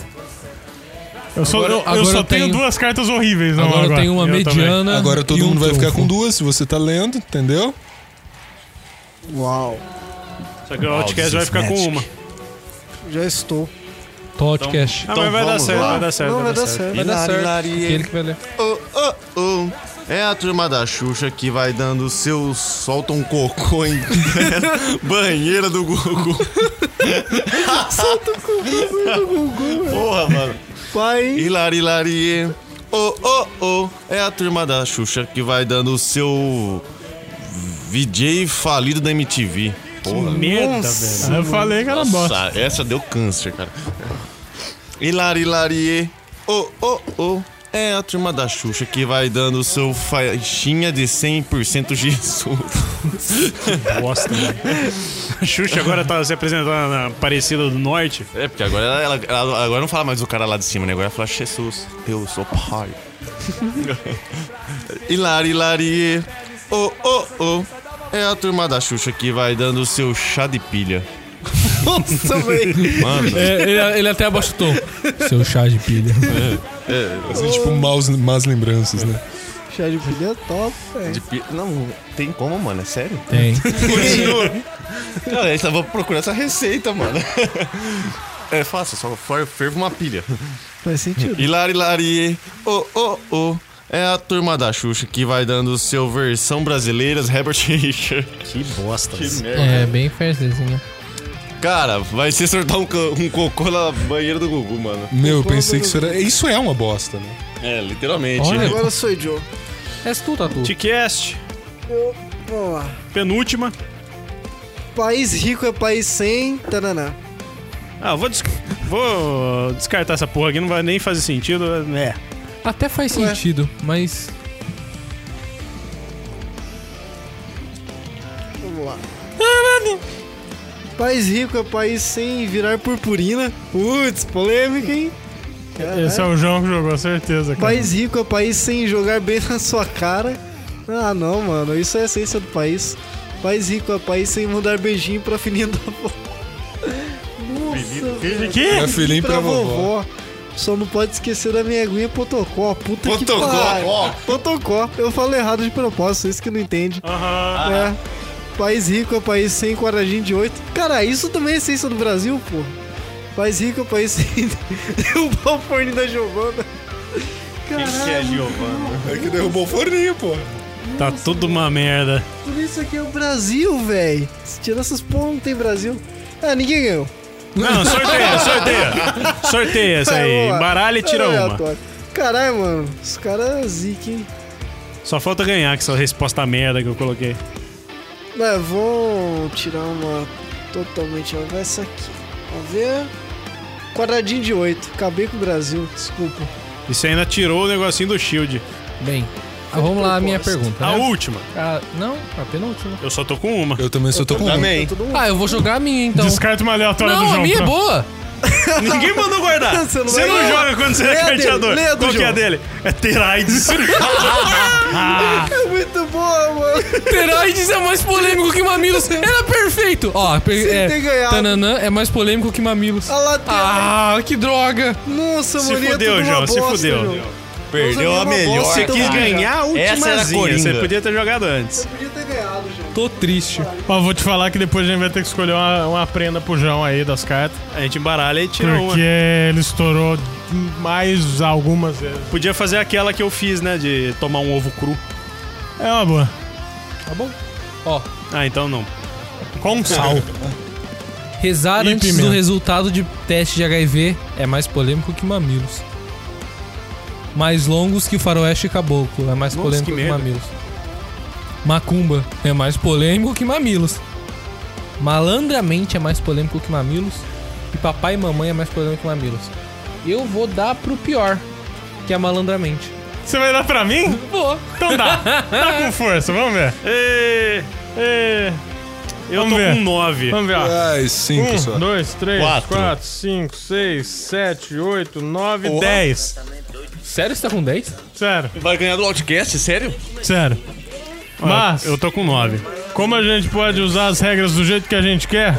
A: Eu só,
G: Agora-
A: eu, eu
G: agora
A: só
G: eu
A: tenho...
G: tenho-
A: duas cartas horríveis, não.
G: Agora eu tenho uma
A: Eu também.
G: mediana.
E: Agora todo
G: e um
E: mundo vai ficar
G: trunfo.
E: com duas se você tá lendo, entendeu?
D: Uau.
F: Só que o Outcast vai ficar com uma.
D: Já estou.
G: Todd Cash.
A: Então,
F: Ah, mas vai dar
H: Então vamos
F: certo,
H: lá.
F: vai dar certo.
D: Não, vai dar certo.
G: Vai dar é certo.
H: Hilari-
G: Aquele que vai ler.
H: Oh, oh, oh. É a turma da Xuxa que vai dando seus. solta um cocô em banheira do Gugu. um solta um cocô do Gugu, Porra, mano.
D: Vai, hein?
H: Hilari Lariê. Oh, oh, oh. É a turma da Xuxa que vai dando o seu. VJ falido da MTV. Porra.
F: Merda, velho.
G: assim,
D: Nossa.
A: Eu falei que era bosta.
H: Nossa, essa deu câncer, cara. Hilarilarie. Oh, oh, oh. É a turma da Xuxa que vai dando o seu faixinha de 100% Jesus.
F: Bosta, velho. A Xuxa agora tá se apresentando na Aparecida do Norte.
H: É, porque agora ela, ela- ela- agora não fala mais do cara lá de cima, né? Agora ela fala Jesus, Deus, sou pai. Hilarilarie. Oh, oh, oh. É a turma da Xuxa que vai dando o seu chá de pilha.
D: Nossa, velho.
H: Mano,
G: É, ele, ele até abaixa o tom. Seu chá de pilha.
E: Assim, tipo, maus, más lembranças, né?
D: Chá de pilha é top,
H: de
D: velho.
H: pilha. Não, tem como, mano, é sério?
G: Tem.
H: Cara, eu tava procurando essa receita, mano. É fácil, só fer- fervo uma pilha.
D: Faz sentido.
H: Hilari Lari, oh, oh, oh. É a turma da Xuxa que vai dando o seu versão brasileiras Herbert Richard.
F: Que bosta.
G: É, bem ferzinho.
H: Cara, vai ser sortar um, co- um cocô na banheira do Gugu, mano.
E: Meu, eu pensei que isso era. Isso é uma bosta, né?
H: É, literalmente.
G: Olha.
D: Agora eu sou o Joe.
G: És É tu, Tatu.
F: Ticast,
D: Vamos lá.
F: penúltima.
D: País rico é país sem. Tananá.
F: Ah, eu vou, des- vou descartar essa porra aqui, não vai nem fazer sentido. É.
G: Até faz
D: Ué.
G: sentido, mas.
D: Vamos lá. País rico é país sem virar purpurina. Putz, polêmica, hein?
A: Esse é o João que jogou, certeza, cara.
D: País rico é país sem jogar bem na sua cara. Ah, não, mano. Isso é a essência do país. País rico é país sem mandar beijinho pra filhinha da vovó. Nossa, velho.
E: Pra filhinho e pra
D: pra
E: vovó.
D: vovó. Só não pode esquecer da minha aguinha Potocó. Puta que
H: Potocó,
D: pariu.
H: ó.
D: Potocó. Eu falo errado de propósito, isso que não entende. É. País rico é país sem quadradinho de oito. Cara, isso também é essência do Brasil, pô. País rico é país sem derrubar o forno da Giovana. Caralho,
E: É que derrubou o forninho, pô.
F: Tá tudo uma merda.
D: por isso aqui é o Brasil, velho. Se tirar essas porra, não tem Brasil. Ah, ninguém ganhou.
F: Não, sorteia, sorteia. Sorteia essa aí.
D: Vai,
F: Baralha e tira
D: Era
F: uma.
D: aleatório. Caralho, mano. Os caras zica, hein?
F: Só falta ganhar com essa resposta merda que eu coloquei.
D: Mas vou tirar uma totalmente ao essa aqui. Vamos ver. Quadradinho de 8. Acabei com o Brasil, desculpa.
F: E você ainda tirou o negocinho do shield.
G: Bem. ah, vamos lá, a minha pergunta.
F: A
A: É?
G: né?
F: última.
G: Ah, não, a penúltima.
F: Eu só tô com uma.
E: Eu também só tô com um.
H: Também.
D: Todo mundo.
G: Ah, eu vou jogar a minha então.
A: Descarta uma aleatória do
G: Não,
A: João.
G: a minha é
A: pronto.
G: boa.
F: Ninguém mandou guardar.
D: tá Você
F: Você
D: não
F: não,
D: vai ganhar.
F: joga quando você
D: Lê
F: é
D: a dele,
F: carteador.
D: lê a do
F: Qual que é a
D: João.
F: dele? É ter AIDS.
D: É muito boa, mano.
G: Teraides é mais polêmico que Mamilos. Era perfeito. Ó, per
D: Sem
G: é,
D: ter ganhado.
G: Tananã é mais polêmico que Mamilos.
D: A lateral.
G: Ah, que droga.
D: Nossa,
F: Se
D: mano. é
F: fudeu,
D: tudo uma
F: João, se
D: bosta,
F: fudeu.
D: João.
H: Perdeu
D: Nossa,
H: a
D: minha
H: melhor.
D: bolsa,
F: Você quis
D: Tá.
F: ganhar a
H: Essa era a
F: ultimazinha.
H: coringa.
F: Você podia ter jogado antes.
D: Eu podia ter ganhado, João.
G: Tô triste.
A: Ó, vou te falar que depois a gente vai ter que escolher uma, uma prenda pro João aí das cartas.
F: A gente embaralha e tira
A: Porque
F: uma.
A: ele estourou mais algumas vezes.
F: Podia fazer aquela que eu fiz, né? De tomar um ovo cru.
A: É uma boa.
G: Ó,
F: Ah, então não.
A: Com sal.
G: rezar
A: E
G: antes
A: pimenta.
G: do resultado de teste de HIV é mais polêmico que Mamilos. Mais longos que Faroeste e Caboclo é mais
F: Nossa,
G: polêmico
F: que
G: que,
F: merda.
G: Mamilos. Macumba é mais polêmico que Mamilos. Malandramente é mais polêmico que Mamilos. E Papai e Mamãe é mais polêmico que Mamilos. Eu vou dar pro pior, que é Malandramente.
A: Você vai dar pra mim?
G: Boa.
A: Então dá. Dá com força, vamos ver.
F: Ê, ê. Eu
A: Vamos
F: tô
A: ver.
F: com Um nove.
A: Vamos ver, ó.
E: Ai, cinco só.
A: Um, dois, três,
H: Quatro.
A: quatro, cinco, seis, sete, oito, nove, dez.
G: Sério, você tá com 10?
A: Sério,
H: Vai ganhar do Outcast, sério?
A: sério. Mas,
F: Eu tô com nove.
A: como a gente pode usar as regras do jeito que a gente quer,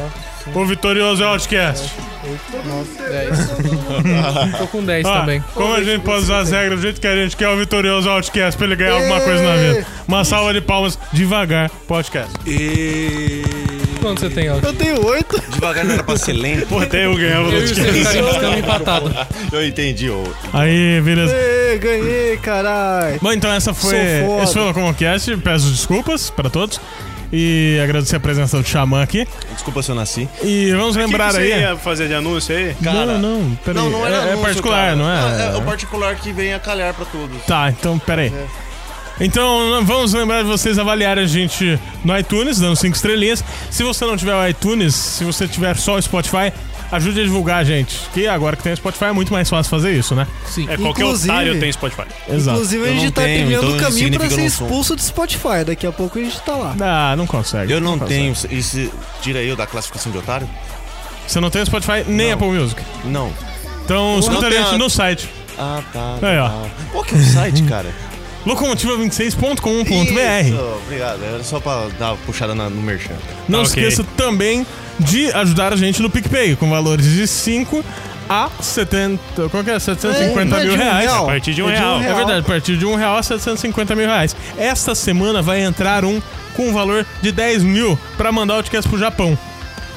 A: o vitorioso é o Outcast.
G: 10. Tô com 10
A: Ó,
G: também.
A: Ah, como a gente pode usar as regras do jeito que a gente quer, o vitorioso é o Outcast pra ele ganhar alguma coisa na vida. Uma salva de palmas devagar, podcast.
E: E...
G: Quanto você tem, Aldo?
D: Eu tenho 8.
H: Devagar não era pra ser lento.
F: Pô, até eu ganhava
G: Eu e o
F: do
G: Sérgio estamos empatados.
H: Eu entendi, ô.
A: Aí, beleza.
D: Ê, É, ganhei, caralho.
A: Bom, então essa foi.
D: Sou foda.
A: Esse foi o Locomocast. Peço desculpas pra todos. E agradecer a presença do Xamã aqui.
H: Desculpa se eu nasci.
A: E vamos lembrar
F: que que
A: aí.
F: Você ia fazer de anúncio aí?
H: Cara,
A: não, não, peraí.
H: Não, não era
A: é, é
H: anúncio,
A: particular,
H: cara.
A: não é?
H: o particular que vem a calhar pra todos.
A: Tá, então peraí. Então, vamos lembrar de vocês avaliarem a gente no iTunes, dando 5 estrelinhas. Se você não tiver o iTunes, se você tiver só o Spotify, ajude a divulgar a gente. Que agora que tem o Spotify é muito mais fácil fazer isso, né?
G: Sim.
F: É, qualquer
D: Inclusive-
F: otário tem Spotify.
A: Exato.
D: Inclusive, a
H: Eu
D: gente
H: não
D: tá
H: tenho,
D: trilhando o caminho
H: então
D: pra ser
H: significa que eu não sou.
D: expulso do Spotify. Daqui a pouco a gente tá lá.
A: Ah, não consegue.
H: Eu não
A: consegue.
H: tenho. Isso tira eu da classificação de otário?
A: Você não tem o Spotify nem Apple Music.
H: Não.
A: Então, escuta a
H: tem
A: gente
H: a-
A: no site.
H: Ah, tá.
A: Aí, ó.
H: tá. Qual que é o site, cara?
A: locomotiva26.com.br.
H: Isso, Obrigado. Era só pra dar uma puxada na- no merchan.
A: Não
F: Ah, Ok.
A: esqueça também de ajudar a gente no PicPay, com valores de 5 a 70. Qual que é? 750
D: É,
A: mil
D: de um
A: reais.
D: real.
F: A partir de um
D: É de um
F: real.
A: É verdade, a partir de 1 real a 750 mil reais. Esta semana vai entrar um com um valor de 10 mil pra mandar o podcast pro Japão.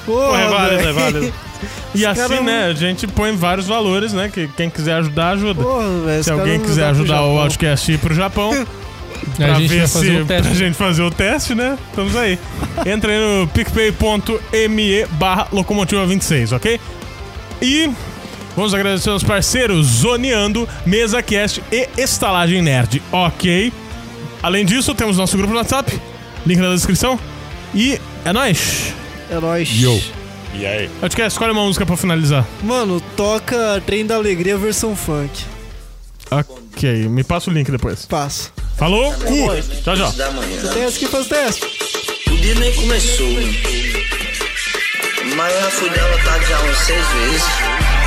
D: Porra,
F: é válido,
D: velho.
F: é válido.
A: E assim,
D: caras-
A: né, a gente põe vários valores, né? Que quem quiser ajudar, ajuda.
D: Porra, velho. os
A: Se alguém
D: caras
A: quiser
D: não dão pro
A: ajudar o
D: Japão.
A: podcast a ir pro Japão,
G: A gente
A: ver
G: vai fazer
A: se-
G: o teste.
A: Pra gente fazer o teste, né? Estamos aí. Entra aí no picpay.me barra locomotiva 26, ok? E vamos agradecer aos parceiros Zoneando, Mesa Cast e Estalagem Nerd, ok? Além disso, temos nosso grupo no WhatsApp, link na descrição. E é nóis!
D: É nóis.
E: Yo.
F: E aí?
A: Eu te quero, escolhe uma música pra finalizar.
D: Mano, toca Trem da Alegria versão funk.
A: Ok, me passa o link depois.
D: Passa.
A: Falou, cu! Tchau, tchau.
D: Teste que faz teste.
J: O dia nem começou. Mas eu já fui derrotado já umas tá, seis vezes.